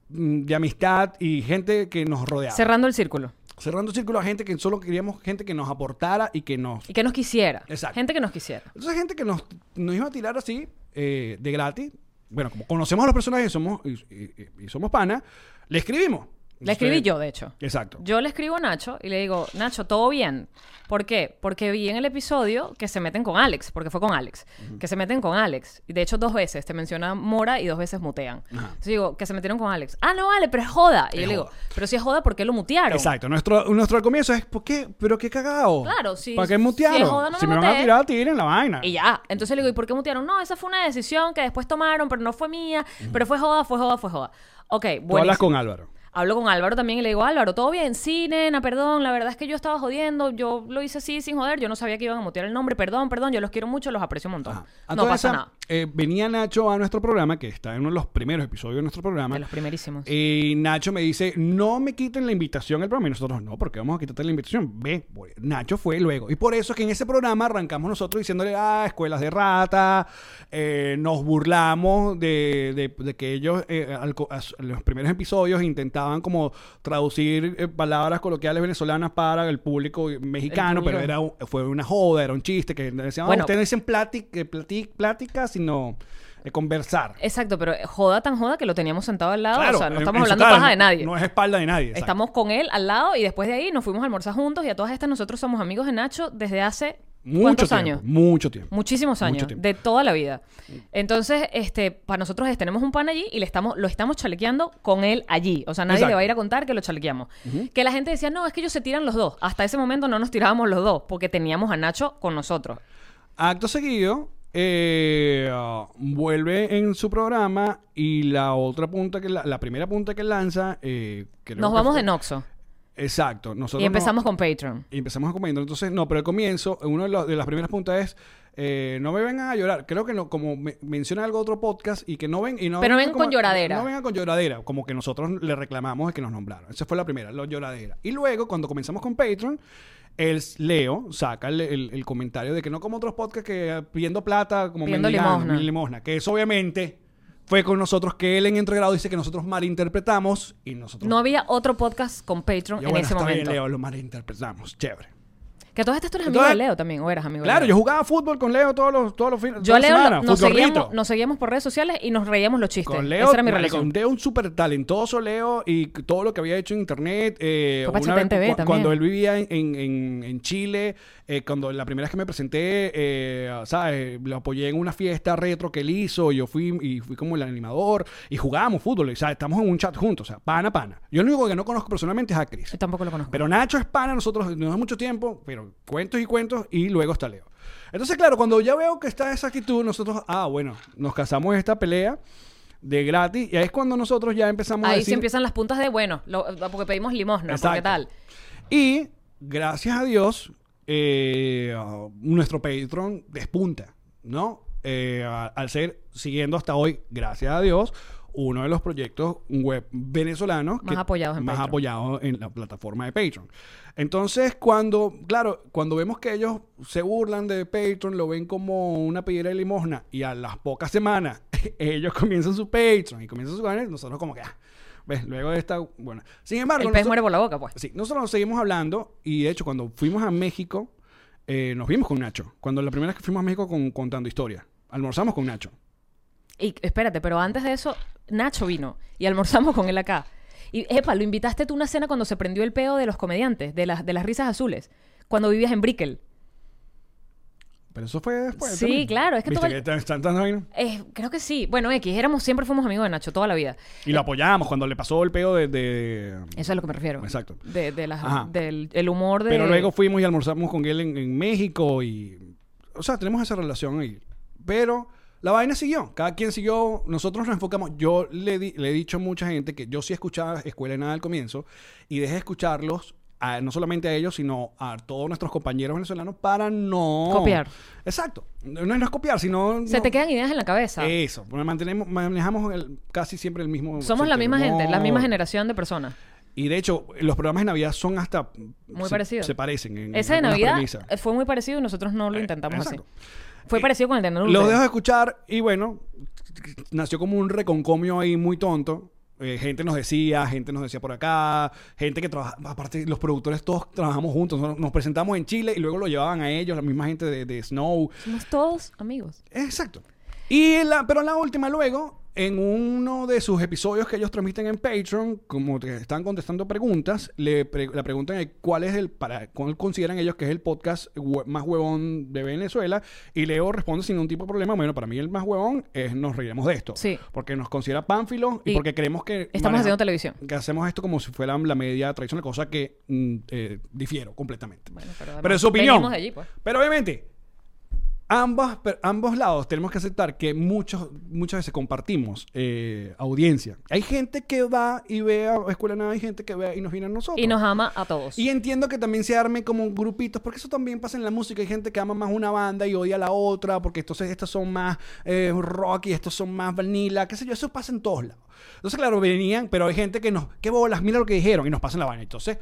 A: mm, de amistad y gente que nos rodeaba.
B: Cerrando el círculo.
A: Cerrando el círculo a gente que solo queríamos gente que nos aportara y que nos...
B: Y que nos quisiera.
A: Exacto.
B: Gente que nos quisiera.
A: Entonces gente que nos, nos iba a tirar así, eh, de gratis, bueno, como conocemos a los personajes y somos, y, y- y somos pana, le escribimos.
B: La escribí yo, de hecho.
A: Exacto.
B: Yo le escribo a Nacho y le digo, Nacho, todo bien. ¿Por qué? Porque vi en el episodio que se meten con Alex, porque fue con Alex, que se meten con Alex. Y de hecho, dos veces te menciona Mora y dos veces mutean. Entonces digo, que se metieron con Alex. Ah, no, vale, pero es joda. Y
A: Es
B: yo le digo,
A: joda.
B: pero si es joda, ¿por qué lo mutearon?
A: Exacto, nuestro, nuestro comienzo es ¿por qué? ¿Pero qué cagado?
B: Claro, si-
A: ¿Para qué
B: si
A: mutearon? Si,
B: es joda, no
A: me
B: me
A: van a
B: mutees.
A: tirar, tiren la vaina.
B: Y ya. Entonces le digo, ¿y por qué mutearon? No, esa fue una decisión que después tomaron, pero no fue mía, pero fue joda, fue joda, fue joda. Ok,
A: Tú hablas
B: bueno.
A: con Álvaro.
B: Hablo con Álvaro también y le digo, Álvaro, ¿todo bien? Sí, nena, perdón, la verdad es que yo estaba jodiendo, yo lo hice así sin joder, yo no sabía que iban a mutear el nombre, perdón, perdón, yo los quiero mucho, los aprecio un montón.
A: Ajá. A
B: No
A: toda
B: pasa
A: esa,
B: nada.
A: eh, venía Nacho a nuestro programa, que está en uno de los primeros episodios de nuestro programa.
B: De los primerísimos.
A: Y Nacho me dice, no me quiten la invitación al programa. Y nosotros, no, porque vamos a quitarte la invitación. Ve, voy. Nacho fue luego. Y por eso es que en ese programa arrancamos nosotros diciéndole, ah, escuelas de rata, eh, nos burlamos de, de- de que ellos eh, al co- a su- en los primeros episodios intentaban como traducir eh, palabras coloquiales venezolanas para el público mexicano,
B: El
A: pero
B: público.
A: era un- fue una joda, era un chiste que decían, "Ah,
B: Bueno.
A: ustedes no dicen plática, plática, plática sino eh, conversar.
B: Exacto, pero joda tan joda que lo teníamos sentado al lado, o sea,
A: en-
B: no
A: en
B: estamos
A: su
B: hablando
A: cara,
B: paja de
A: no-
B: nadie.
A: No es espalda de nadie. exacto.
B: Estamos con él al lado y después de ahí nos fuimos a almorzar juntos y a todas estas nosotros somos amigos de Nacho desde hace
A: Mucho
B: ¿cuántos
A: tiempo,
B: años?
A: Mucho tiempo.
B: Muchísimos
A: Mucho
B: años,
A: tiempo.
B: de toda la vida. Entonces, este, para nosotros es, tenemos un pan allí y le estamos, lo estamos chalequeando con él allí. O sea, nadie
A: Exacto.
B: le va a ir a contar que lo chalequeamos. Que la gente decía, no, es que ellos se tiran los dos. Hasta ese momento no nos tirábamos los dos, porque teníamos a Nacho con nosotros.
A: Acto seguido, eh, ah, vuelve en su programa y la otra punta que la, la primera punta que lanza. eh, creo
B: Nos
A: que
B: vamos
A: fue-
B: de Noxo
A: Exacto. Nosotros
B: y
A: no-
B: empezamos con Patreon.
A: y empezamos a comiendo. Entonces, no, pero al comienzo, una de, los- de las primeras puntas es. eh, no me vengan a llorar. Creo que no, como me- menciona algo otro podcast y que no ven y no
B: Pero no
A: vengan
B: ven con lloradera.
A: No vengan con lloradera, como que nosotros le reclamamos de que nos nombraron. Esa fue la primera, la lloradera. Y luego, cuando comenzamos con Patreon, el s- Leo saca el, el- el comentario de que no como otros podcasts que eh, pidiendo plata, como
B: Pidiendo
A: mendigando,
B: limosna.
A: mi- limosna. Que eso obviamente fue con nosotros que él en entregrado dice que nosotros malinterpretamos y nosotros.
B: No había otro podcast con Patreon
A: Y
B: en
A: bueno,
B: ese
A: está bien,
B: momento.
A: Leo, lo malinterpretamos. Chévere.
B: Que todas estas tú eres amigo
A: Entonces-
B: de Leo también, o eras amigo
A: Claro,
B: de
A: yo
B: Leo.
A: jugaba fútbol con Leo todos los, todos los fines
B: Yo a Leo
A: semana,
B: lo- nos,
A: futbolito.
B: seguíamos, nos seguíamos por redes sociales y nos reíamos los chistes.
A: Con Leo,
B: Esa era mi
A: marico,
B: relación.
A: Leo un súper talentoso, Leo, y c- todo lo que había hecho en internet. Eh,
B: Fue para
A: una
B: Chatén TV
A: cu-
B: también.
A: cuando él vivía en, en- en- en Chile, eh, cuando la primera vez que me presenté, eh, ¿sabes? Lo apoyé en una fiesta retro que él hizo, y yo fui y fui como el animador, y jugábamos fútbol, y, ¿sabes? Estamos en un chat juntos, o sea, pana, pana. Yo lo único que no conozco personalmente es a Chris.
B: Yo tampoco lo conozco.
A: Pero Nacho es pana, nosotros no es mucho tiempo, pero cuentos y cuentos y luego está Leo. Entonces, claro, cuando ya veo que está esa actitud, nosotros, ah, bueno, nos casamos en esta pelea de gratis y ahí es cuando nosotros ya empezamos a
B: Ahí
A: decir...
B: se empiezan las puntas de, bueno, lo- porque pedimos limosna,
A: Exacto.
B: porque tal.
A: Y, gracias a Dios, eh, ah, nuestro Patreon despunta, ¿no? Eh, a- al ser, siguiendo hasta hoy, gracias a Dios, uno de los proyectos web venezolanos
B: Más apoyados en
A: más
B: Patreon.
A: apoyados en la plataforma de Patreon. Entonces, cuando, claro, cuando vemos que ellos se burlan de Patreon, lo ven como una pedida de limosna y a las pocas semanas ellos comienzan su Patreon y comienzan su canal, nosotros como que, ah, ves, luego de esta, bueno. Sin embargo,
B: El pez
A: nosotros-
B: muere por la boca, pues.
A: Sí, nosotros nos seguimos hablando y de hecho cuando fuimos a México eh, nos vimos con Nacho. Cuando la primera vez que fuimos a México con contando historia, almorzamos con Nacho.
B: Y espérate, pero antes de eso, Nacho vino y almorzamos con él acá. Y, epa, lo invitaste tú a una cena cuando se prendió el peo de los comediantes, de las, de las risas azules, cuando vivías en Brickell.
A: Pero eso fue después.
B: Sí,
A: también.
B: claro, es que
A: ¿Viste
B: todo el-
A: que están- están tantas vainas?
B: Eh, creo que sí. Bueno, X, éramos, siempre fuimos amigos de Nacho toda la vida.
A: Y lo apoyamos cuando le pasó el peo de... de-
B: Eso es a lo que me refiero.
A: Exacto.
B: De, de las-
A: Ajá.
B: del el humor de...
A: Pero luego fuimos y almorzamos con él en, en México y... O sea, tenemos esa relación ahí. Pero la vaina siguió. Cada quien siguió. Nosotros nos enfocamos. Yo le, di- le he dicho a mucha gente que yo sí escuchaba Escuela de Nada al comienzo y dejé de escucharlos. a- no solamente a ellos, sino a todos nuestros compañeros venezolanos para no...
B: Copiar.
A: Exacto. No, no es copiar, sino...
B: Se
A: no-
B: te quedan ideas en la cabeza.
A: Eso. Mantenemos, manejamos el- casi siempre el mismo...
B: Somos la misma gente, la misma
A: generación.
B: generación de personas.
A: Y de hecho, los programas de Navidad son hasta.
B: Muy
A: se,
B: parecidos.
A: Se parecen. En
B: Esa de
A: algunas
B: Navidad
A: premisas.
B: eh, fue muy parecido y nosotros no lo intentamos así.
A: Eh, exacto.
B: Fue
A: Eh,
B: parecido con el de Nano
A: Los
B: Lute.
A: dejo de escuchar y bueno, nació como un reconcomio ahí muy tonto. Eh, gente nos decía, gente nos decía por acá, gente que trabaja, aparte los productores todos trabajamos juntos, nos, nos presentamos en Chile y luego lo llevaban a ellos, la misma gente de, de Snow.
B: Somos todos amigos.
A: Exacto. Y la, pero la última luego, en uno de sus episodios que ellos transmiten en Patreon, como te están contestando preguntas, le, pre- le preguntan eh, cuál es el, para, cuál consideran ellos que es el podcast hue- más huevón de Venezuela. Y Leo responde sin ningún tipo de problema, bueno, para mí el más huevón es nos reiremos de esto.
B: Sí.
A: Porque nos considera pánfilo y,
B: Y
A: porque creemos que...
B: Estamos
A: maneja-
B: haciendo televisión.
A: Que hacemos esto como si fuera la media tradicional, cosa que mm, eh, difiero completamente.
B: Bueno, pero,
A: Pero
B: además,
A: es su opinión.
B: venimos de allí, pues.
A: Pero obviamente, ambas, per- ambos lados tenemos que aceptar que muchos, muchas veces compartimos eh, audiencia. Hay gente que va y ve a Escuela de Nada, hay gente que ve y nos viene a nosotros.
B: Y nos ama a todos.
A: Y entiendo que también se arme como grupitos, porque eso también pasa en la música. Hay gente que ama más una banda y odia a la otra, porque entonces estos son más eh, rock y estos son más vanilla, qué sé yo. Eso pasa en todos lados. Entonces, claro, venían, pero hay gente que nos, qué bolas, mira lo que dijeron y nos pasan la vaina. Entonces,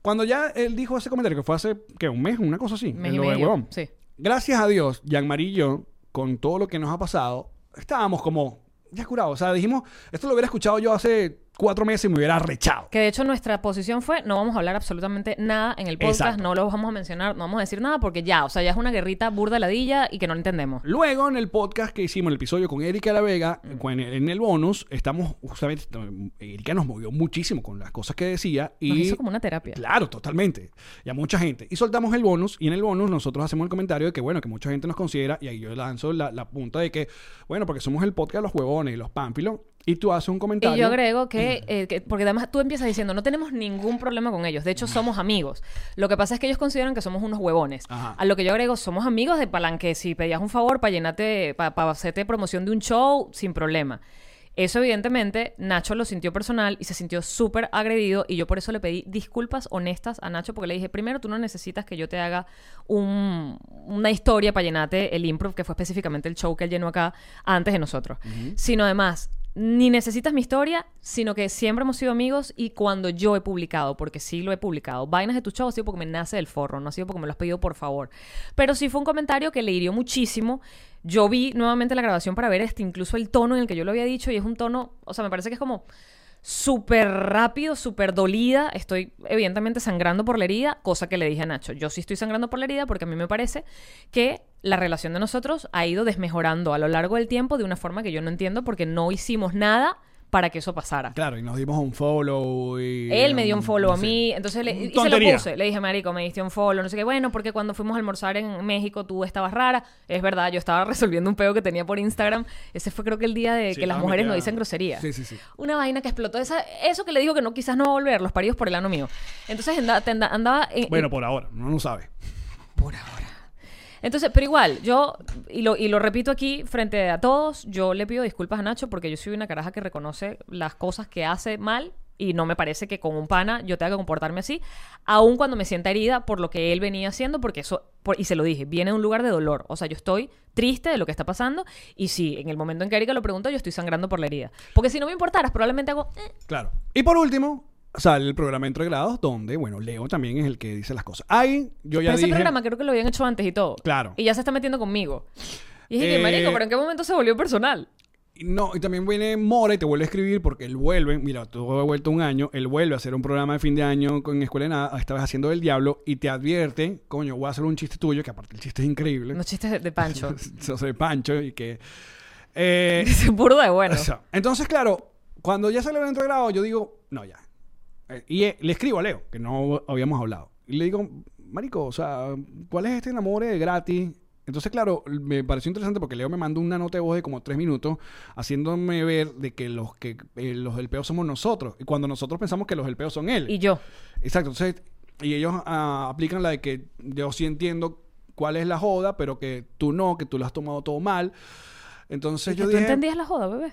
A: cuando ya él dijo ese comentario, que fue hace, que un mes, una cosa así,
B: Mes
A: en
B: y
A: lo de
B: medio.
A: huevón.
B: Sí.
A: Gracias a Dios, Jean-Marie y yo, con todo lo que nos ha pasado, estábamos como ya curados. O sea, dijimos, esto lo hubiera escuchado yo hace cuatro meses y me hubiera rechado.
B: Que de hecho nuestra posición fue, no vamos a hablar absolutamente nada en el podcast,
A: Exacto.
B: no lo vamos a mencionar, no vamos a decir nada porque ya, o sea, ya es una guerrita burda ladilla y que no la entendemos.
A: Luego, en el podcast que hicimos, el episodio con Erika La Vega,
B: Mm.
A: con- en el bonus, estamos justamente. Erika nos movió muchísimo con las cosas que decía y.
B: Nos hizo como una terapia.
A: Claro, totalmente. Y a mucha gente. Y soltamos el bonus. Y en el bonus nosotros hacemos el comentario de que, bueno, que mucha gente nos considera. Y ahí yo lanzo la, la punta de que, bueno, porque somos el podcast de los huevones y los pánfilos. Y tú haces un comentario.
B: Y yo agrego que, eh, que- porque además tú empiezas diciendo, no tenemos ningún problema con ellos, de hecho somos amigos. Lo que pasa es que ellos consideran que somos unos huevones.
A: Ajá.
B: A lo que yo agrego, somos amigos de palanque, si pedías un favor para llenarte, para hacerte promoción de un show, sin problema. Eso evidentemente Nacho lo sintió personal y se sintió súper agredido y yo por eso le pedí disculpas honestas a Nacho porque le dije, primero tú no necesitas que yo te haga un- una historia para llenarte el improv que fue específicamente el show que él llenó acá antes de nosotros, sino además ni necesitas mi historia, sino que siempre hemos sido amigos y cuando yo he publicado, porque sí lo he publicado, vainas de tu show ha sido porque me nace del forro, no ha sido porque me lo has pedido por favor. Pero sí fue un comentario que le hirió muchísimo. Yo vi nuevamente la grabación para ver este, incluso el tono en el que yo lo había dicho y es un tono, o sea, me parece que es como súper rápido, súper dolida. Estoy evidentemente sangrando por la herida, cosa que le dije a Nacho. Yo sí estoy sangrando por la herida porque a mí me parece que la relación de nosotros ha ido desmejorando a lo largo del tiempo de una forma que yo no entiendo porque no hicimos nada para que eso pasara.
A: Claro, y nos dimos un follow. Y,
B: Él me dio un follow a
A: sí.
B: mí, entonces le, y se lo
A: Tontería.
B: puse. Le dije, Marico, me diste un follow, no sé qué. Bueno, porque cuando fuimos a almorzar en México tú estabas rara. Es verdad, yo estaba resolviendo un peo que tenía por Instagram. Ese fue creo que el día de
A: Sí,
B: que las
A: estaba
B: mujeres no
A: metida-
B: dicen grosería.
A: Sí, sí, sí.
B: Una vaina que explotó. Esa, eso que le digo que no, quizás no va a volver, los paridos por el ano mío. Entonces anda- te anda- andaba. eh, en-
A: Bueno, por ahora, no lo sabe.
B: por ahora. Entonces, pero igual, yo, y lo, y lo repito aquí frente a todos, yo le pido disculpas a Nacho porque yo soy una caraja que reconoce las cosas que hace mal y no me parece que con un pana yo tenga que comportarme así, aun cuando me sienta herida por lo que él venía haciendo, porque eso, por- y se lo dije, viene de un lugar de dolor. O sea, yo estoy triste de lo que está pasando y sí, en el momento en que Erika lo pregunta, yo estoy sangrando por la herida. Porque si no me importaras, probablemente hago... "Eh".
A: Claro. Y por último, sale el programa Entre Grados, donde, bueno, Leo también es el que dice las cosas. Ahí, yo ya
B: Pero ese
A: dije...
B: programa creo que lo habían hecho antes y todo.
A: Claro.
B: Y ya se está metiendo conmigo. Y dije,
A: Eh,
B: que marico, ¿pero en qué momento se volvió personal?
A: Y No, y también viene Mora y te vuelve a escribir porque él vuelve, mira, tú has vuelto un año, él vuelve a hacer un programa de fin de año con Escuela de Nada, esta vez haciendo el diablo y te advierte, coño, voy a hacer un chiste tuyo, que aparte el chiste es increíble,
B: Unos chistes de- de Pancho.
A: se hace Pancho y que... eh,
B: Dice burro de bueno.
A: o sea, entonces, claro, cuando ya sale el evento de grado, yo digo, no, ya. Eh, Y eh, le escribo a Leo, que no habíamos hablado. Y le digo, Marico, o sea, ¿cuál es este enamore de gratis? Entonces, claro, me pareció interesante porque Leo me mandó una nota de voz de como tres minutos haciéndome ver de que los que eh, los del peo somos nosotros. Y cuando nosotros pensamos que los del peo son él.
B: Y yo.
A: Exacto. Entonces, y ellos ah, aplican la de que yo sí entiendo cuál es la joda, pero que tú no, que tú lo has tomado todo mal. Entonces yo
B: ¿Tú
A: dije...
B: entendías la joda, bebé?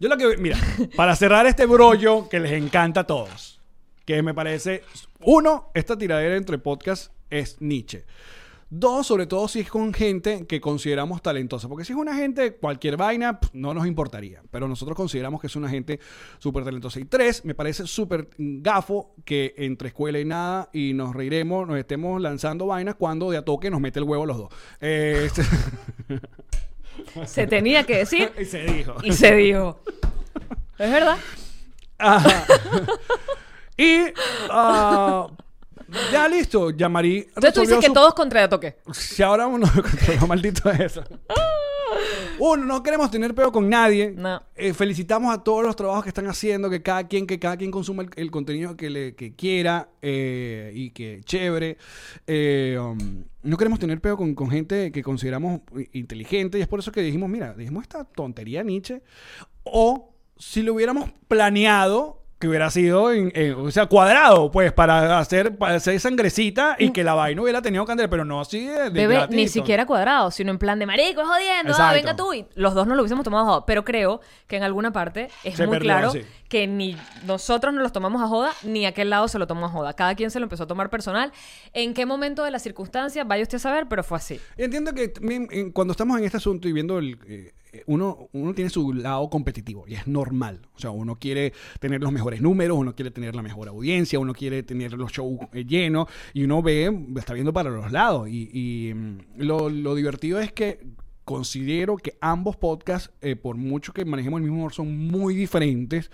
A: Yo lo que. Mira, para cerrar este brollo que les encanta a todos, que me parece. Uno, esta tiradera entre podcasts es Nietzsche. Dos, sobre todo si es con gente que consideramos talentosa. Porque si es una gente, cualquier vaina, pff, no nos importaría. Pero nosotros consideramos que es una gente súper talentosa. Y tres, me parece súper gafo que entre escuela y nada y nos reiremos, nos estemos lanzando vainas cuando de a toque nos mete el huevo los dos. Eh, este-
B: Se tenía que decir
A: y se dijo.
B: y se dijo. Es verdad.
A: Ajá. Ah. y ah, ya listo, Yamari.
B: Entonces tú dices que todos contra de toque.
A: Si ahora uno lo maldito es eso. Uno, no queremos tener peo con nadie.
B: No.
A: Eh, felicitamos a todos los trabajos que están haciendo, que cada quien, que cada quien consuma el, el contenido que le que quiera eh, y que chévere. Eh, um, no queremos tener peo con, con gente que consideramos inteligente y es por eso que dijimos, mira, dijimos esta tontería Nietzsche. O si lo hubiéramos planeado, que hubiera sido, en- en- o sea, cuadrado, pues, para hacer, para hacer sangrecita y que la vaina hubiera tenido que andar, pero no así de, de
B: Mm. Bebé, ni
A: gatito.
B: siquiera cuadrado, sino en plan de marico, es jodiendo, ah,
A: Exacto.
B: venga tú. Y los dos nos lo hubiésemos tomado a joda. Pero creo que en alguna parte es
A: Se
B: muy
A: perdió,
B: claro
A: sí.
B: que ni nosotros nos los tomamos a joda, ni aquel lado se lo tomó a joda. Cada quien se lo empezó a tomar personal. ¿En qué momento de la circunstancia? Vaya usted a saber, pero fue así.
A: Entiendo que también, en- cuando estamos en este asunto y viendo el... eh, eh, uno, uno tiene su lado competitivo y es normal. O sea, uno quiere tener los mejores números, uno quiere tener la mejor audiencia, uno quiere tener los shows eh, llenos y uno ve, está viendo para los lados. Y, y, mm, lo, lo divertido es que considero que ambos podcasts, eh, por mucho que manejemos el mismo humor, son muy diferentes.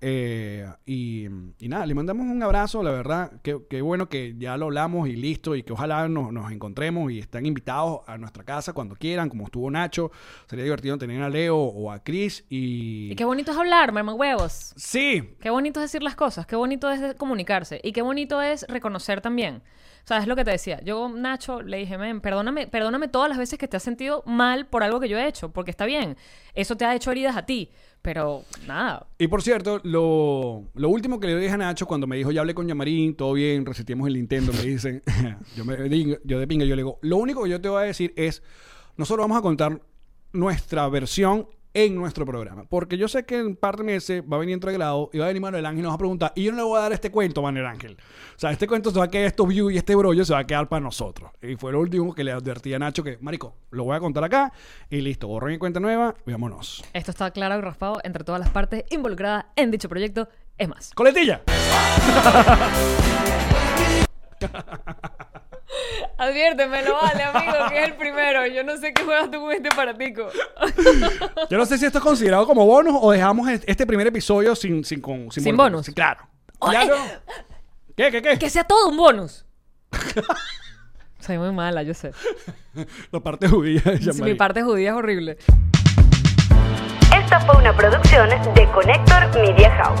A: Eh, y, y nada, le mandamos un abrazo, la verdad, que, que bueno que ya lo hablamos y listo, y que ojalá nos, nos encontremos y están invitados a nuestra casa cuando quieran, como estuvo Nacho, sería divertido tener a Leo o a Chris y...
B: Y qué bonito es hablar, mamá huevos.
A: Sí,
B: Qué bonito es decir las cosas, qué bonito es de- comunicarse y qué bonito es reconocer también. O sea, es lo que te decía. Yo, Nacho, le dije, men, perdóname, perdóname todas las veces que te has sentido mal por algo que yo he hecho, porque está bien. Eso te ha hecho heridas a ti, pero nada.
A: Y por cierto, lo, lo último que le dije a Nacho cuando me dijo, ya hablé con Yamarín, todo bien, reseteamos el Nintendo, me dicen, yo, me, digo- yo de pinga, yo le digo, lo único que yo te voy a decir es, nosotros vamos a contar nuestra versión en nuestro programa. Porque yo sé que en un par de meses va a venir entre grado y va a venir Manuel Ángel y nos va a preguntar, y yo no le voy a dar este cuento, Manuel Ángel. O sea, este cuento se va a quedar, estos views y este brollo se va a quedar para nosotros. Y fue lo último que le advertí a Nacho que, marico, lo voy a contar acá y listo, borrón y cuenta nueva, y vámonos.
B: Esto está claro y raspado entre todas las partes involucradas en dicho proyecto. Es más.
A: ¡Coletilla!
B: Adviértemelo, vale, amigo, que es el primero. Yo no sé qué juegas tú con este paratico.
A: Yo no sé si esto es considerado como bonus o dejamos es- este primer episodio sin, sin, con,
B: Sin bonus.
A: Sí, claro. Claro. ¿Qué, qué, qué?
B: Que sea todo un bonus. Soy muy mala, yo sé.
A: La parte judía de
B: Si mi
A: Jean-Marie.
B: parte judía es horrible.
C: Esta fue una producción de Connector Media House.